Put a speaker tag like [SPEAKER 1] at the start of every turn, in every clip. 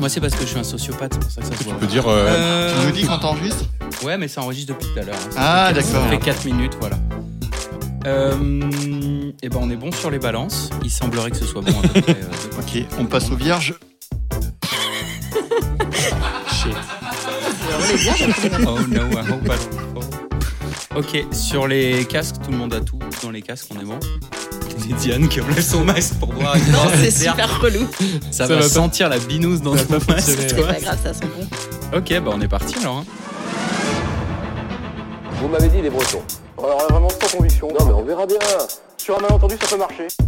[SPEAKER 1] Moi, c'est parce que je suis un sociopathe, c'est pour ça que ça se voit.
[SPEAKER 2] On peut dire. euh,
[SPEAKER 1] Euh,
[SPEAKER 3] Tu nous dis quand t'enregistres
[SPEAKER 1] Ouais, mais ça enregistre depuis tout à l'heure. hein.
[SPEAKER 3] Ah,
[SPEAKER 1] Ça fait quatre-
[SPEAKER 3] d'accord.
[SPEAKER 1] Ça fait 4 minutes, voilà. Euh, et ben, on est bon sur les balances. Il semblerait que ce soit bon à peu près. euh, de-
[SPEAKER 3] Ok, on passe aux vierges.
[SPEAKER 1] Oh no, I hope I don't fall. Ok, sur les casques, tout le monde a tout dans les casques, on est bon. C'est Diane qui enlève son masque pour voir.
[SPEAKER 4] Non, c'est super relou.
[SPEAKER 1] Ça,
[SPEAKER 5] Ça
[SPEAKER 1] va,
[SPEAKER 5] va pas-
[SPEAKER 1] sentir la binouse dans
[SPEAKER 5] ça
[SPEAKER 1] ton
[SPEAKER 5] va pas
[SPEAKER 1] masque,
[SPEAKER 5] fonctionner.
[SPEAKER 4] C'est
[SPEAKER 1] toi.
[SPEAKER 4] pas grave, ça sent bon.
[SPEAKER 1] Ok, bah on est parti alors. hein.
[SPEAKER 6] Vous m'avez dit les Bretons. Alors vraiment sans conviction. Non mais on verra bien. Sur un malentendu ça peut marcher. Ça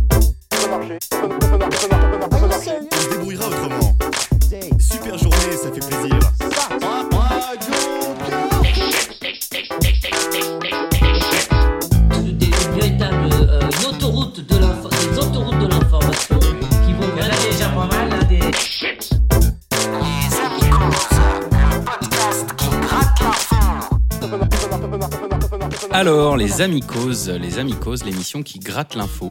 [SPEAKER 6] peut marcher. Ça peut, ça peut marcher. Ça peut marcher. Ça peut marcher.
[SPEAKER 7] On se débrouillera autrement. Super journée, ça fait plaisir.
[SPEAKER 8] des véritables euh, autoroutes de l'information, des autoroutes de l'information qui vont vraiment déjà pas mal là des
[SPEAKER 6] Ça peut marcher. Ça peut marcher. Ça peut marcher. Ça peut marcher. Ça peut marcher. Ça peut marcher. Ça peut marcher.
[SPEAKER 1] Alors, les Amicoses, les Amicoses, l'émission qui gratte l'info.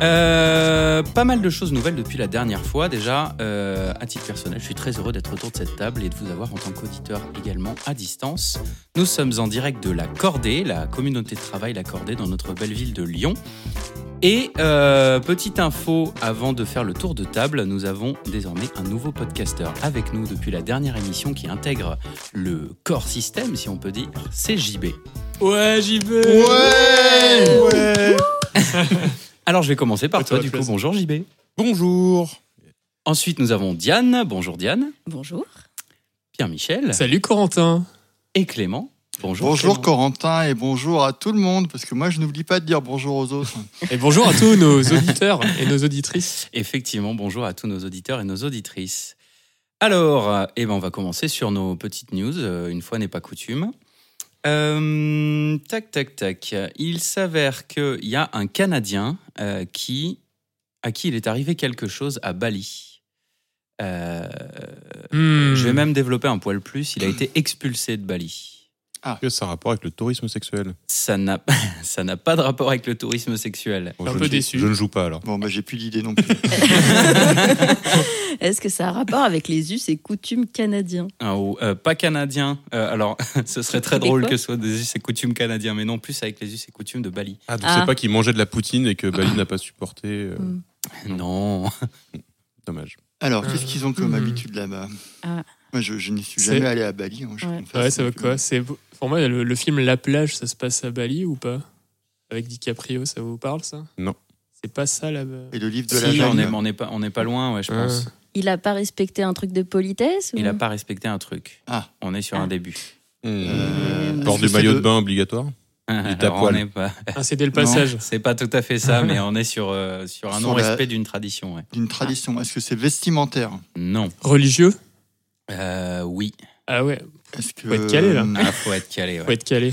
[SPEAKER 1] Euh, pas mal de choses nouvelles depuis la dernière fois. Déjà, euh, à titre personnel, je suis très heureux d'être autour de cette table et de vous avoir en tant qu'auditeur également à distance. Nous sommes en direct de la Cordée, la communauté de travail La Cordée dans notre belle ville de Lyon. Et euh, petite info avant de faire le tour de table, nous avons désormais un nouveau podcasteur avec nous depuis la dernière émission qui intègre le corps système, si on peut dire, c'est JB.
[SPEAKER 5] Ouais, j'y vais
[SPEAKER 3] Ouais
[SPEAKER 5] Ouais
[SPEAKER 1] Alors je vais commencer par
[SPEAKER 5] Et
[SPEAKER 1] toi,
[SPEAKER 5] toi,
[SPEAKER 1] du coup.
[SPEAKER 5] Atlas.
[SPEAKER 1] Bonjour JB.
[SPEAKER 2] Bonjour.
[SPEAKER 1] Ensuite nous avons Diane. Bonjour Diane.
[SPEAKER 4] Bonjour.
[SPEAKER 1] Pierre-Michel.
[SPEAKER 5] Salut Corentin
[SPEAKER 1] Et Clément. Bonjour.
[SPEAKER 3] Bonjour
[SPEAKER 1] Clément.
[SPEAKER 3] Corentin et bonjour à tout le monde, parce que moi je n'oublie pas de dire bonjour aux autres.
[SPEAKER 5] Et bonjour à tous nos auditeurs et nos auditrices.
[SPEAKER 1] Effectivement, bonjour à tous nos auditeurs et nos auditrices. Alors, euh, eh ben, on va commencer sur nos petites news, euh, une fois n'est pas coutume. Euh, tac, tac, tac. Il s'avère qu'il y a un Canadien euh, qui, à qui il est arrivé quelque chose à Bali. Euh,
[SPEAKER 5] Hmm.
[SPEAKER 1] Je vais même développer un poil plus. Il a été expulsé de Bali.
[SPEAKER 2] Que ça a rapport avec le tourisme sexuel
[SPEAKER 1] Ça n'a, ça n'a pas de rapport avec le tourisme sexuel.
[SPEAKER 2] Bon,
[SPEAKER 5] Un
[SPEAKER 2] je
[SPEAKER 5] peu
[SPEAKER 2] ne joue-
[SPEAKER 5] déçu.
[SPEAKER 2] Je ne joue pas alors.
[SPEAKER 3] Bon, bah j'ai plus d'idée non plus.
[SPEAKER 4] Est-ce que ça a rapport avec les us et coutumes canadiens
[SPEAKER 1] Ah, ou, euh, pas canadien. Euh, alors, ce serait très
[SPEAKER 4] Québécois
[SPEAKER 1] drôle que ce soit des us et coutumes canadiens, mais non plus avec les us et coutumes de Bali.
[SPEAKER 2] Ah, donc
[SPEAKER 4] Ah.
[SPEAKER 2] c'est pas qu'il mangeait de la poutine et que
[SPEAKER 5] Ah.
[SPEAKER 2] Bali n'a pas supporté. euh,
[SPEAKER 4] Mm.
[SPEAKER 1] Non.
[SPEAKER 2] Dommage.
[SPEAKER 3] Alors, qu'est-ce qu'ils ont comme
[SPEAKER 5] Hmm.
[SPEAKER 3] habitude là-bas
[SPEAKER 4] Ah.
[SPEAKER 3] Moi je, je n'y suis
[SPEAKER 5] C'est-
[SPEAKER 3] jamais allé à Bali. hein, je
[SPEAKER 4] Ouais.
[SPEAKER 3] confesse.
[SPEAKER 5] Ouais, ça va quoi C'est pour moi le, le film La plage, ça se passe à Bali ou pas Avec DiCaprio, ça vous parle ça
[SPEAKER 2] Non.
[SPEAKER 5] C'est pas ça bah. là-bas.
[SPEAKER 3] Et le livre de la
[SPEAKER 1] Si, on
[SPEAKER 3] jungle.
[SPEAKER 1] n'est on est pas, on est pas loin, ouais, je pense.
[SPEAKER 4] Il a pas respecté un truc de politesse ou...
[SPEAKER 1] Il n'a pas respecté un truc.
[SPEAKER 3] Ah.
[SPEAKER 1] On est sur
[SPEAKER 4] Ah.
[SPEAKER 1] un début.
[SPEAKER 5] Hmm.
[SPEAKER 3] Euh,
[SPEAKER 2] Port
[SPEAKER 3] est-ce que
[SPEAKER 2] du
[SPEAKER 3] c'est
[SPEAKER 2] maillot de bain obligatoire
[SPEAKER 1] Alors,
[SPEAKER 2] à
[SPEAKER 1] on
[SPEAKER 2] poil.
[SPEAKER 1] n'est pas-
[SPEAKER 5] Ah, c'est dès le passage.
[SPEAKER 1] c'est pas tout à fait ça, mais on est sur, euh, sur un
[SPEAKER 3] Sur
[SPEAKER 1] non-respect
[SPEAKER 3] la-
[SPEAKER 1] d'une tradition. ouais.
[SPEAKER 3] D'une tradition. Est-ce que c'est vestimentaire
[SPEAKER 1] Non.
[SPEAKER 5] Religieux
[SPEAKER 1] Euh, oui.
[SPEAKER 5] Ah ouais,
[SPEAKER 3] Est-ce que euh,
[SPEAKER 5] Faut être calé, là.
[SPEAKER 1] Ah, faut être calé. ouais.
[SPEAKER 5] faut être calé.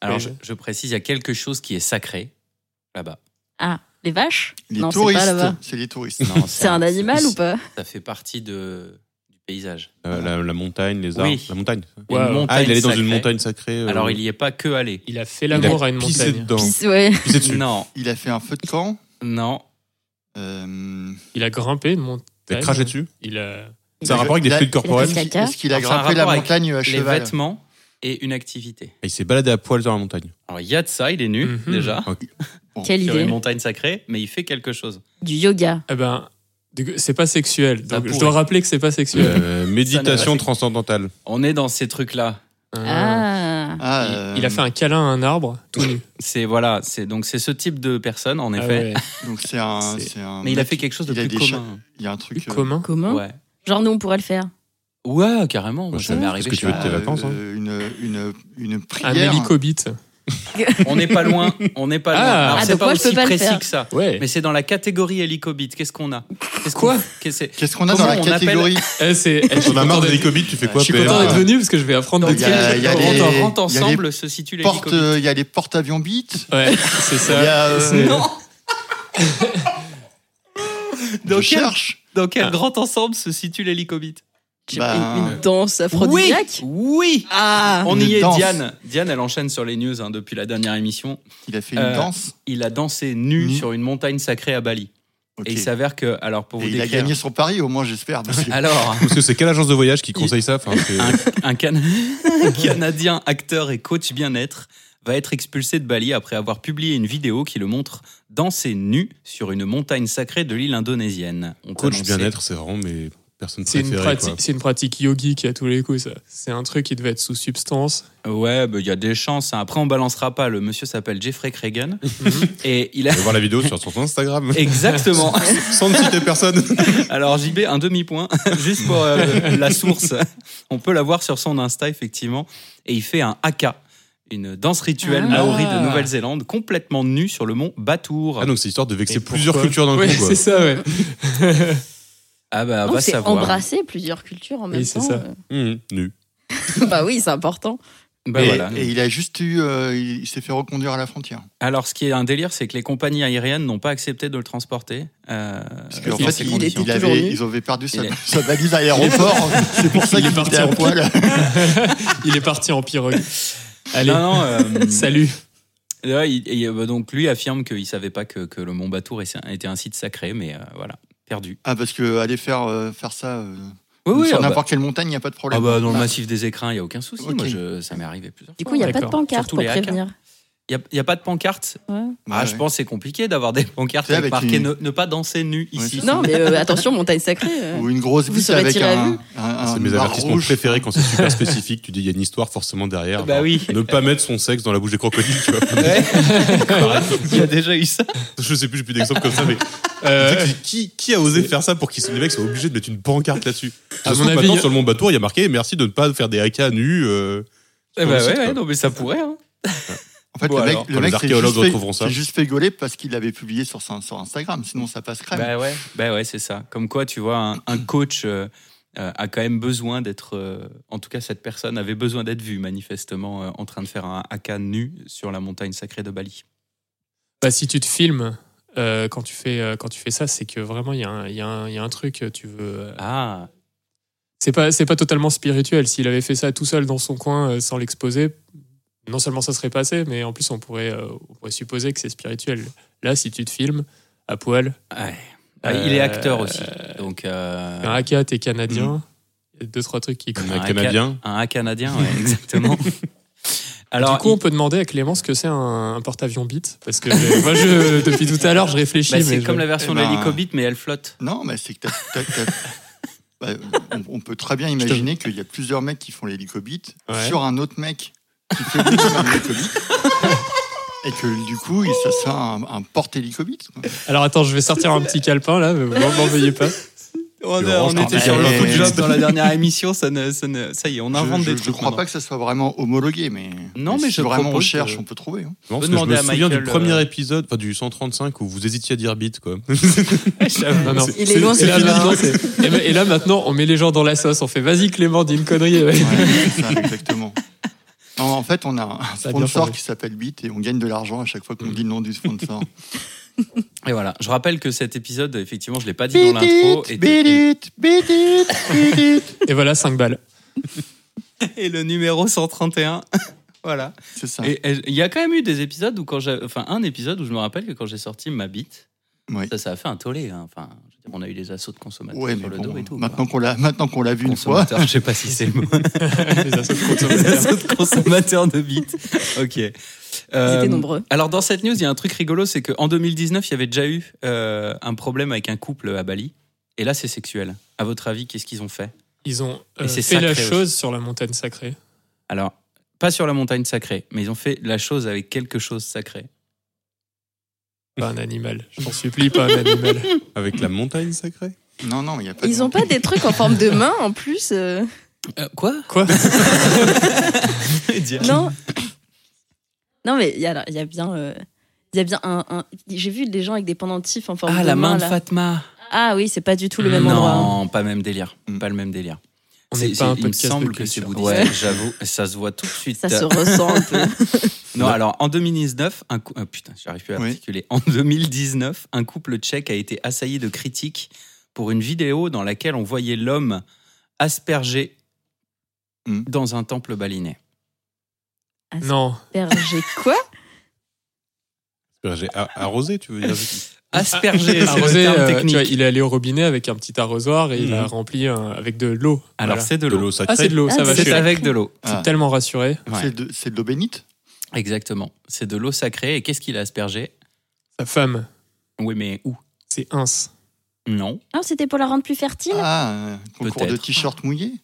[SPEAKER 1] Alors, je, je précise, il y a quelque chose qui est sacré là-bas.
[SPEAKER 4] Ah, les vaches
[SPEAKER 3] Les
[SPEAKER 4] Non, c'est pas là-bas.
[SPEAKER 3] touristes. C'est les touristes.
[SPEAKER 1] Non,
[SPEAKER 4] C'est un animal ou pas
[SPEAKER 1] Ça fait partie de, du paysage.
[SPEAKER 2] Euh, la, la montagne, les
[SPEAKER 1] Oui.
[SPEAKER 2] arbres. La montagne. ça.
[SPEAKER 5] Ouais, ouais.
[SPEAKER 2] Ah, il allait dans une
[SPEAKER 1] sacrée.
[SPEAKER 2] montagne sacrée. euh,
[SPEAKER 1] Alors, il n'y est pas que allé.
[SPEAKER 5] Il a fait
[SPEAKER 2] il a
[SPEAKER 5] l'amour à une
[SPEAKER 2] pissé
[SPEAKER 5] montagne.
[SPEAKER 2] dedans.
[SPEAKER 4] Pisse, ouais.
[SPEAKER 2] Pissé dessus.
[SPEAKER 1] Non,
[SPEAKER 3] Il a fait un feu de camp.
[SPEAKER 1] non.
[SPEAKER 3] Euh,
[SPEAKER 5] Il a grimpé une montagne.
[SPEAKER 2] Il a craché dessus.
[SPEAKER 5] Il a.
[SPEAKER 2] C'est un rapport avec
[SPEAKER 3] il
[SPEAKER 2] des
[SPEAKER 3] a-
[SPEAKER 2] fluides corporels.
[SPEAKER 4] il a fait caca.
[SPEAKER 3] Est-ce qu'il a
[SPEAKER 1] Alors, c'est un
[SPEAKER 3] grimpé la
[SPEAKER 1] rapport avec
[SPEAKER 3] montagne à
[SPEAKER 1] Les
[SPEAKER 3] cheval
[SPEAKER 1] vêtements et une activité.
[SPEAKER 2] Et il s'est baladé à poil dans la montagne.
[SPEAKER 1] Alors, il y a de ça, il est nu
[SPEAKER 5] Mhm.
[SPEAKER 1] déjà,
[SPEAKER 4] Quelle
[SPEAKER 1] sur
[SPEAKER 4] idée.
[SPEAKER 1] une montagne sacrée, mais il fait quelque chose.
[SPEAKER 4] Du yoga.
[SPEAKER 5] Eh ben, du- c'est pas sexuel.
[SPEAKER 1] Ça
[SPEAKER 5] Donc, je
[SPEAKER 1] pourrait.
[SPEAKER 5] dois rappeler que c'est pas sexuel.
[SPEAKER 2] Euh, méditation
[SPEAKER 1] Ça,
[SPEAKER 2] transcendantale.
[SPEAKER 1] On est dans ces trucs-là.
[SPEAKER 5] Ah.
[SPEAKER 4] Ah.
[SPEAKER 3] Ah,
[SPEAKER 5] Il-
[SPEAKER 3] euh,
[SPEAKER 5] Il a fait un câlin à un arbre, tout nu.
[SPEAKER 1] C'est voilà, c'est donc c'est ce type de personne en
[SPEAKER 5] Ah
[SPEAKER 1] effet.
[SPEAKER 5] ouais.
[SPEAKER 3] Donc c'est un,
[SPEAKER 5] C'est-
[SPEAKER 3] c'est un
[SPEAKER 1] Mais il a
[SPEAKER 3] mec-
[SPEAKER 1] fait quelque chose de
[SPEAKER 3] il a
[SPEAKER 1] plus
[SPEAKER 3] des cha-
[SPEAKER 1] commun.
[SPEAKER 3] Il y a un truc. euh,
[SPEAKER 5] Commun.
[SPEAKER 4] Commun
[SPEAKER 1] Ouais.
[SPEAKER 4] Genre nous, on pourrait le faire.
[SPEAKER 1] Ouais, carrément. Moi,
[SPEAKER 2] je
[SPEAKER 1] ça m'est
[SPEAKER 2] sais.
[SPEAKER 1] arrivé.
[SPEAKER 2] Est-ce
[SPEAKER 1] chez
[SPEAKER 2] que tu veux te-
[SPEAKER 1] moi.
[SPEAKER 2] tes vacances, hein.
[SPEAKER 3] euh, une,
[SPEAKER 1] Ah,
[SPEAKER 3] une, une
[SPEAKER 5] Un
[SPEAKER 3] prière.
[SPEAKER 5] hélicobite.
[SPEAKER 1] On n'est pas loin. On n'est pas loin.
[SPEAKER 5] Ah.
[SPEAKER 1] Alors,
[SPEAKER 4] Ah,
[SPEAKER 1] c'est
[SPEAKER 4] donc
[SPEAKER 1] pas
[SPEAKER 4] moi, je
[SPEAKER 1] aussi
[SPEAKER 4] peux pas le
[SPEAKER 1] précis
[SPEAKER 4] faire.
[SPEAKER 1] que ça.
[SPEAKER 5] Ouais.
[SPEAKER 1] Mais c'est dans la catégorie hélicobite. Qu'est-ce qu'on a Qu'est-ce qu'on-
[SPEAKER 5] Quoi
[SPEAKER 1] qu'est-ce que c'est
[SPEAKER 3] Qu'est-ce qu'on a
[SPEAKER 1] Comment
[SPEAKER 3] dans la
[SPEAKER 1] on appelle-
[SPEAKER 3] catégorie
[SPEAKER 5] Eh, c'est- eh, je suis
[SPEAKER 2] On a marre hein.
[SPEAKER 5] content
[SPEAKER 2] des
[SPEAKER 5] d'être-
[SPEAKER 2] hélicobithes, tu fais quoi,
[SPEAKER 5] Je suis
[SPEAKER 2] PR?
[SPEAKER 5] content d'être
[SPEAKER 3] Ah.
[SPEAKER 5] venu parce que je vais apprendre
[SPEAKER 1] Dans
[SPEAKER 5] des
[SPEAKER 3] Il y a-
[SPEAKER 1] quel
[SPEAKER 3] il y a
[SPEAKER 1] on
[SPEAKER 3] des-
[SPEAKER 1] rentre-
[SPEAKER 3] il y a
[SPEAKER 1] rentre
[SPEAKER 3] des
[SPEAKER 1] ensemble se situe
[SPEAKER 3] Porte,
[SPEAKER 1] l'hélicobite
[SPEAKER 3] euh, Il y a les porte-avions bites.
[SPEAKER 5] Ouais, c'est ça.
[SPEAKER 3] Il y a, euh,
[SPEAKER 5] C'est-
[SPEAKER 3] Je
[SPEAKER 1] Dans quel-
[SPEAKER 3] cherche.
[SPEAKER 1] Dans quel grand ensemble se situe l'hélicobite
[SPEAKER 4] Je sais
[SPEAKER 3] Bah,
[SPEAKER 4] pas, une, une danse aphrodisiaque
[SPEAKER 1] Oui
[SPEAKER 4] Ah
[SPEAKER 1] On
[SPEAKER 3] Une
[SPEAKER 1] y est,
[SPEAKER 3] danse.
[SPEAKER 1] Diane. Diane, elle enchaîne sur les news hein, depuis la dernière émission.
[SPEAKER 3] Il a fait une
[SPEAKER 1] Euh,
[SPEAKER 3] danse.
[SPEAKER 1] Il a dansé nu
[SPEAKER 3] Nu.
[SPEAKER 1] sur une montagne sacrée à Bali.
[SPEAKER 3] Mm. Ok.
[SPEAKER 1] Et il s'avère que, alors pour
[SPEAKER 3] Et
[SPEAKER 1] vous
[SPEAKER 3] il a
[SPEAKER 1] décrire, Ah,
[SPEAKER 3] gagné son pari, au moins, j'espère. parce que-
[SPEAKER 1] alors
[SPEAKER 2] Parce que c'est quelle agence de voyage qui conseille ça Enfin, c'est-
[SPEAKER 1] un, Can- un Canadien acteur et coach bien-être va être expulsé de Bali après avoir publié une vidéo qui le montre danser nu sur une montagne sacrée de l'île indonésienne. On
[SPEAKER 2] Coach
[SPEAKER 1] t'annonçait-
[SPEAKER 2] bien-être, c'est vraiment mes personnes
[SPEAKER 5] C'est une,
[SPEAKER 2] préférées.
[SPEAKER 5] pratique- c'est une pratique yogi qui a tous les coups, ça. C'est un truc qui devait être sous substance.
[SPEAKER 1] Ouais, bah, il y a des chances. hein. Après, on balancera pas. Le monsieur s'appelle Jeffrey Cregan. et il a...
[SPEAKER 2] On va voir la vidéo sur son Instagram.
[SPEAKER 1] Exactement.
[SPEAKER 2] Sans ne citer personne.
[SPEAKER 1] Alors JB, un demi-point, juste pour euh, la source. On peut la voir sur son Insta, effectivement. Et il fait un haka, une danse rituelle
[SPEAKER 4] Ah.
[SPEAKER 1] maori de Nouvelle-Zélande, complètement nu sur le mont Batour.
[SPEAKER 2] Ah, donc c'est histoire de vexer
[SPEAKER 5] Mais
[SPEAKER 2] plusieurs
[SPEAKER 5] pourquoi
[SPEAKER 2] cultures d'un
[SPEAKER 5] Ouais,
[SPEAKER 2] coup, quoi.
[SPEAKER 5] c'est ça, ouais.
[SPEAKER 1] Ah bah,
[SPEAKER 4] On
[SPEAKER 1] va
[SPEAKER 4] s'est
[SPEAKER 1] savoir.
[SPEAKER 4] embrasser plusieurs cultures en même
[SPEAKER 5] Oui, c'est
[SPEAKER 4] temps.
[SPEAKER 5] ça.
[SPEAKER 1] Mmh.
[SPEAKER 2] Mhm, nu.
[SPEAKER 4] euh. bah oui, c'est important.
[SPEAKER 1] Bah
[SPEAKER 3] et,
[SPEAKER 1] voilà.
[SPEAKER 3] et il a juste eu. euh, il il s'est fait reconduire à la frontière.
[SPEAKER 1] Alors, ce qui est un délire, c'est que les compagnies aériennes n'ont pas accepté de le transporter. euh,
[SPEAKER 3] Parce qu'en
[SPEAKER 1] dans
[SPEAKER 3] fait,
[SPEAKER 1] ces
[SPEAKER 3] il-
[SPEAKER 1] conditions.
[SPEAKER 3] il avait-
[SPEAKER 4] toujours nu.
[SPEAKER 3] ils avaient perdu sa,
[SPEAKER 1] Il est-
[SPEAKER 3] sa valise à l'aéroport. C'est pour ça
[SPEAKER 5] Il est
[SPEAKER 3] qu'il
[SPEAKER 5] parti
[SPEAKER 3] partait à
[SPEAKER 5] en
[SPEAKER 3] poil.
[SPEAKER 5] Il est parti en pirogue. Allez,
[SPEAKER 1] Non, non, euh,
[SPEAKER 5] salut.
[SPEAKER 1] ouais, il- il- euh, donc lui affirme qu'il savait pas que, que le mont Batour était un site sacré, mais euh, voilà, perdu.
[SPEAKER 3] Ah, parce que aller faire, euh, faire ça euh,
[SPEAKER 1] Oui, oui,
[SPEAKER 3] sur
[SPEAKER 1] ah bah-
[SPEAKER 3] n'importe quelle montagne, il n'y a pas de
[SPEAKER 1] Ah
[SPEAKER 3] problème.
[SPEAKER 1] bah dans le
[SPEAKER 3] Bah,
[SPEAKER 1] massif des écrins, il n'y a aucun souci.
[SPEAKER 3] Ok.
[SPEAKER 1] Moi, je- ça m'est arrivé plusieurs
[SPEAKER 4] Du
[SPEAKER 1] fois.
[SPEAKER 4] coup, il n'y a pas de
[SPEAKER 5] D'accord.
[SPEAKER 4] pancarte
[SPEAKER 1] Surtout
[SPEAKER 4] pour
[SPEAKER 1] les hacks,
[SPEAKER 4] prévenir.
[SPEAKER 1] Il n'y a, pas de pancarte
[SPEAKER 4] Ouais.
[SPEAKER 1] Ah,
[SPEAKER 3] ouais.
[SPEAKER 1] je pense que c'est compliqué d'avoir des pancartes
[SPEAKER 3] Tu sais,
[SPEAKER 1] avec
[SPEAKER 3] avec
[SPEAKER 1] marqué
[SPEAKER 3] une-
[SPEAKER 1] ne, ne pas danser nu
[SPEAKER 3] Ouais,
[SPEAKER 1] ici.
[SPEAKER 3] c'est
[SPEAKER 4] Non, mais euh, attention, montagne sacrée. euh.
[SPEAKER 3] Ou une grosse
[SPEAKER 4] Vous
[SPEAKER 3] bite
[SPEAKER 4] serez
[SPEAKER 3] avec
[SPEAKER 4] tiré à
[SPEAKER 3] un,
[SPEAKER 4] vue
[SPEAKER 3] un, un
[SPEAKER 2] C'est mes
[SPEAKER 3] bar
[SPEAKER 2] avertissements
[SPEAKER 3] rouge.
[SPEAKER 2] préférés quand c'est super spécifique. Tu dis, il y a une histoire forcément derrière.
[SPEAKER 1] Bah
[SPEAKER 2] genre,
[SPEAKER 1] oui.
[SPEAKER 2] Ne pas mettre son sexe dans la bouche des crocodiles, tu vois.
[SPEAKER 1] Il y a déjà eu ça.
[SPEAKER 2] Je sais plus, j'ai plus d'exemples comme ça, mais tu sais, qui, qui a osé faire ça pour qu'ils les mecs soient obligés de mettre une pancarte là-dessus
[SPEAKER 5] À
[SPEAKER 2] À
[SPEAKER 5] mon
[SPEAKER 2] mon
[SPEAKER 5] avis,
[SPEAKER 2] maintenant,
[SPEAKER 5] il y a-
[SPEAKER 2] sur le Mont Batour, il y a marqué merci de ne pas faire des haka nus. euh,
[SPEAKER 1] Eh
[SPEAKER 2] sur
[SPEAKER 1] bah
[SPEAKER 2] le site,
[SPEAKER 1] ouais, ouais,
[SPEAKER 2] quoi.
[SPEAKER 1] non, mais ça pourrait. hein.
[SPEAKER 3] En fait,
[SPEAKER 1] Bon,
[SPEAKER 3] le mec,
[SPEAKER 1] alors,
[SPEAKER 3] le
[SPEAKER 2] quand
[SPEAKER 3] mec
[SPEAKER 2] les
[SPEAKER 3] s'est
[SPEAKER 2] archéologues
[SPEAKER 3] juste fait-
[SPEAKER 2] retrouveront ça.
[SPEAKER 3] s'est juste fait gauler parce qu'il l'avait publié sur, son- sur Instagram. Sinon, ça passe crème.
[SPEAKER 1] Bah ouais, bah ouais, c'est ça. Comme quoi, tu vois, un, un coach euh, euh, a quand même besoin d'être. euh, en tout cas, cette personne avait besoin d'être vue, manifestement, euh, en train de faire un haka nu sur la montagne sacrée de Bali.
[SPEAKER 5] Bah, si tu te filmes euh, quand, tu fais, euh, quand tu fais ça, c'est que vraiment, il y, a un- il y, a un- il y a un truc, euh, tu veux. euh,
[SPEAKER 1] Ah,
[SPEAKER 5] C'est pas, c'est pas totalement spirituel. S'il avait fait ça tout seul dans son coin euh, sans l'exposer, non seulement ça serait passé, mais en plus, on pourrait, euh, on pourrait supposer que c'est spirituel. Là, si tu te filmes à poil,
[SPEAKER 1] ouais. Ah, il est
[SPEAKER 5] Euh,
[SPEAKER 1] acteur aussi. Donc, euh,
[SPEAKER 5] un haka, t'es canadien, y a deux, trois trucs qui.
[SPEAKER 2] Un
[SPEAKER 1] Mm. Un
[SPEAKER 2] Canadien.
[SPEAKER 1] un haka canadien, ouais, exactement.
[SPEAKER 5] Alors,
[SPEAKER 1] Alors,
[SPEAKER 5] du coup, on peut demander à Clément ce que c'est un, un porte-avions bit parce que euh, moi, je, depuis tout à l'heure, je réfléchis.
[SPEAKER 1] Bah,
[SPEAKER 5] mais
[SPEAKER 1] c'est
[SPEAKER 5] je-
[SPEAKER 1] comme la version
[SPEAKER 3] Eh
[SPEAKER 1] de
[SPEAKER 3] ben,
[SPEAKER 1] l'hélicobite, mais elle flotte.
[SPEAKER 3] Non, mais c'est que t'as- t'as- t'as- Bah, on, on peut très bien imaginer qu'il y a plusieurs mecs qui font l'hélicobite
[SPEAKER 5] Ouais.
[SPEAKER 3] sur un autre mec qui fait lui-même un hélicobite. Et que du coup, il- ça sera un, un porte-hélicobite. quoi.
[SPEAKER 5] Alors, attends, je vais sortir un petit calepin là, mais vous m'en veuillez pas.
[SPEAKER 1] Oh On,
[SPEAKER 2] Le orange
[SPEAKER 1] était
[SPEAKER 2] cardinal.
[SPEAKER 1] sur
[SPEAKER 3] Eh,
[SPEAKER 1] le
[SPEAKER 3] eh,
[SPEAKER 1] job
[SPEAKER 3] eh.
[SPEAKER 1] dans la dernière émission, ça, ne- ça, ne- ça y est, on invente
[SPEAKER 3] je,
[SPEAKER 1] des
[SPEAKER 3] je- je
[SPEAKER 1] trucs.
[SPEAKER 3] crois pas que ça soit vraiment homologué, mais,
[SPEAKER 1] Non, mais
[SPEAKER 3] si
[SPEAKER 1] je
[SPEAKER 3] vraiment on
[SPEAKER 1] propose
[SPEAKER 3] cherche,
[SPEAKER 1] que-
[SPEAKER 3] on peut trouver. hein.
[SPEAKER 2] Non,
[SPEAKER 1] Peut
[SPEAKER 2] parce que je
[SPEAKER 1] demander
[SPEAKER 2] me
[SPEAKER 1] à
[SPEAKER 2] souviens
[SPEAKER 1] Michael,
[SPEAKER 2] du premier
[SPEAKER 1] euh,
[SPEAKER 2] épisode, enfin du 135, où vous hésitiez à dire bit, quoi.
[SPEAKER 5] Non, non.
[SPEAKER 4] Il est loin,
[SPEAKER 5] Et
[SPEAKER 4] ce
[SPEAKER 5] là,
[SPEAKER 4] film.
[SPEAKER 5] maintenant,
[SPEAKER 4] hein.
[SPEAKER 5] c'est- et ben- et là, maintenant, on met les gens dans la sauce. On fait vas-y, Clément, dis une connerie. ouais.
[SPEAKER 3] Ouais, c'est ça, exactement. Non, en fait, on a un
[SPEAKER 5] Ça a bien
[SPEAKER 3] sponsor
[SPEAKER 5] changé. Mm.
[SPEAKER 3] qui s'appelle Bit et on gagne de l'argent à chaque fois qu'on dit le nom du sponsor.
[SPEAKER 1] Et voilà, je rappelle que cet épisode, effectivement, je l'ai pas dit dans l'intro.
[SPEAKER 3] Beat
[SPEAKER 1] Et,
[SPEAKER 3] it, beat it, beat it, beat it.
[SPEAKER 5] Et voilà, 5 balles.
[SPEAKER 1] et le numéro 131. voilà.
[SPEAKER 3] C'est ça.
[SPEAKER 1] Et et il y a quand même eu des épisodes où, quand j'ai. Enfin, un épisode où je me rappelle que quand j'ai sorti ma bite,
[SPEAKER 3] Oui.
[SPEAKER 1] ça, ça a fait un tollé. hein. Enfin, je veux dire, on a eu des assauts de consommateurs
[SPEAKER 3] Ouais,
[SPEAKER 1] sur
[SPEAKER 3] mais
[SPEAKER 1] le
[SPEAKER 3] bon,
[SPEAKER 1] dos et tout.
[SPEAKER 3] maintenant qu'on l'a, maintenant qu'on l'a vu une fois,
[SPEAKER 1] Consommateur, je sais pas si c'est le mot.
[SPEAKER 5] Les assos de consommateurs.
[SPEAKER 1] Des autres consommateurs de bites. Ok.
[SPEAKER 4] Ils
[SPEAKER 1] Euh,
[SPEAKER 4] étaient nombreux.
[SPEAKER 1] Alors dans cette news, il y a un truc rigolo, c'est qu'en 2019, il y avait déjà eu euh, un problème avec un couple à Bali. Et là, c'est sexuel. À votre avis, qu'est-ce qu'ils ont fait
[SPEAKER 5] Ils ont euh,
[SPEAKER 1] Et c'est
[SPEAKER 5] fait la
[SPEAKER 1] sacré
[SPEAKER 5] chose sur la montagne sacrée.
[SPEAKER 1] Alors, pas sur la montagne sacrée, mais ils ont fait la chose avec quelque chose sacré.
[SPEAKER 5] Pas un animal. Je t'en supplie, pas un animal.
[SPEAKER 2] Avec la montagne sacrée
[SPEAKER 3] non, non, il y a pas. de-
[SPEAKER 4] Ils ont pas des trucs en forme de main en plus euh,
[SPEAKER 1] quoi
[SPEAKER 5] Quoi
[SPEAKER 4] Non. Non, mais il y a, il y a bien. euh, Il y a bien un. un- J'ai vu des gens avec des pendentifs en forme
[SPEAKER 1] Ah,
[SPEAKER 4] de
[SPEAKER 1] la main de
[SPEAKER 4] là.
[SPEAKER 1] Fatma.
[SPEAKER 4] Ah oui, c'est pas du tout le même
[SPEAKER 1] non,
[SPEAKER 4] endroit. hein.
[SPEAKER 1] pas même délire.
[SPEAKER 3] Mm.
[SPEAKER 1] Pas le même délire.
[SPEAKER 5] On
[SPEAKER 1] C'est-
[SPEAKER 5] n'est
[SPEAKER 1] c'est-
[SPEAKER 5] pas un
[SPEAKER 1] il me
[SPEAKER 5] podcast de
[SPEAKER 1] semble que c'est
[SPEAKER 5] culture.
[SPEAKER 1] bouddhiste.
[SPEAKER 4] Ouais.
[SPEAKER 1] J'avoue, ça se voit tout de suite.
[SPEAKER 4] Ça se ressent un peu.
[SPEAKER 1] Non, alors en 2019, un cou- ah, putain, j'arrive plus à
[SPEAKER 3] Oui.
[SPEAKER 1] articuler. En 2019, un couple tchèque a été assailli de critiques pour une vidéo dans laquelle on voyait l'homme aspergé
[SPEAKER 5] Mm.
[SPEAKER 3] Hmm.
[SPEAKER 1] dans un temple balinais.
[SPEAKER 5] Non.
[SPEAKER 4] Berger, quoi
[SPEAKER 2] J'ai a- arrosé, tu veux dire
[SPEAKER 1] Asperger, c'est le
[SPEAKER 5] Ah. Arrosé,
[SPEAKER 1] terme
[SPEAKER 5] euh, tu
[SPEAKER 1] technique. Mm.
[SPEAKER 5] vois, il est allé au robinet avec un petit arrosoir et il a
[SPEAKER 2] Mhm.
[SPEAKER 5] rempli un- avec de l'eau.
[SPEAKER 1] Alors
[SPEAKER 5] Voilà.
[SPEAKER 1] c'est de
[SPEAKER 2] De
[SPEAKER 1] l'eau.
[SPEAKER 2] l'eau sacrée.
[SPEAKER 5] ah, c'est de l'eau,
[SPEAKER 4] Ah,
[SPEAKER 5] ça va. Je
[SPEAKER 1] C'est
[SPEAKER 5] suis
[SPEAKER 1] avec de l'eau.
[SPEAKER 3] Ah,
[SPEAKER 5] tellement rassuré.
[SPEAKER 1] Ouais.
[SPEAKER 3] C'est de, c'est de l'eau bénite
[SPEAKER 1] Exactement. C'est de l'eau sacrée. Et qu'est-ce qu'il a aspergé
[SPEAKER 5] Sa femme,
[SPEAKER 1] Oui, mais où
[SPEAKER 5] c'est Ins.
[SPEAKER 1] Non.
[SPEAKER 4] Ah, c'était pour la rendre plus fertile
[SPEAKER 3] Ah, euh, concours de
[SPEAKER 1] Peut-être.
[SPEAKER 3] t-shirt mouillé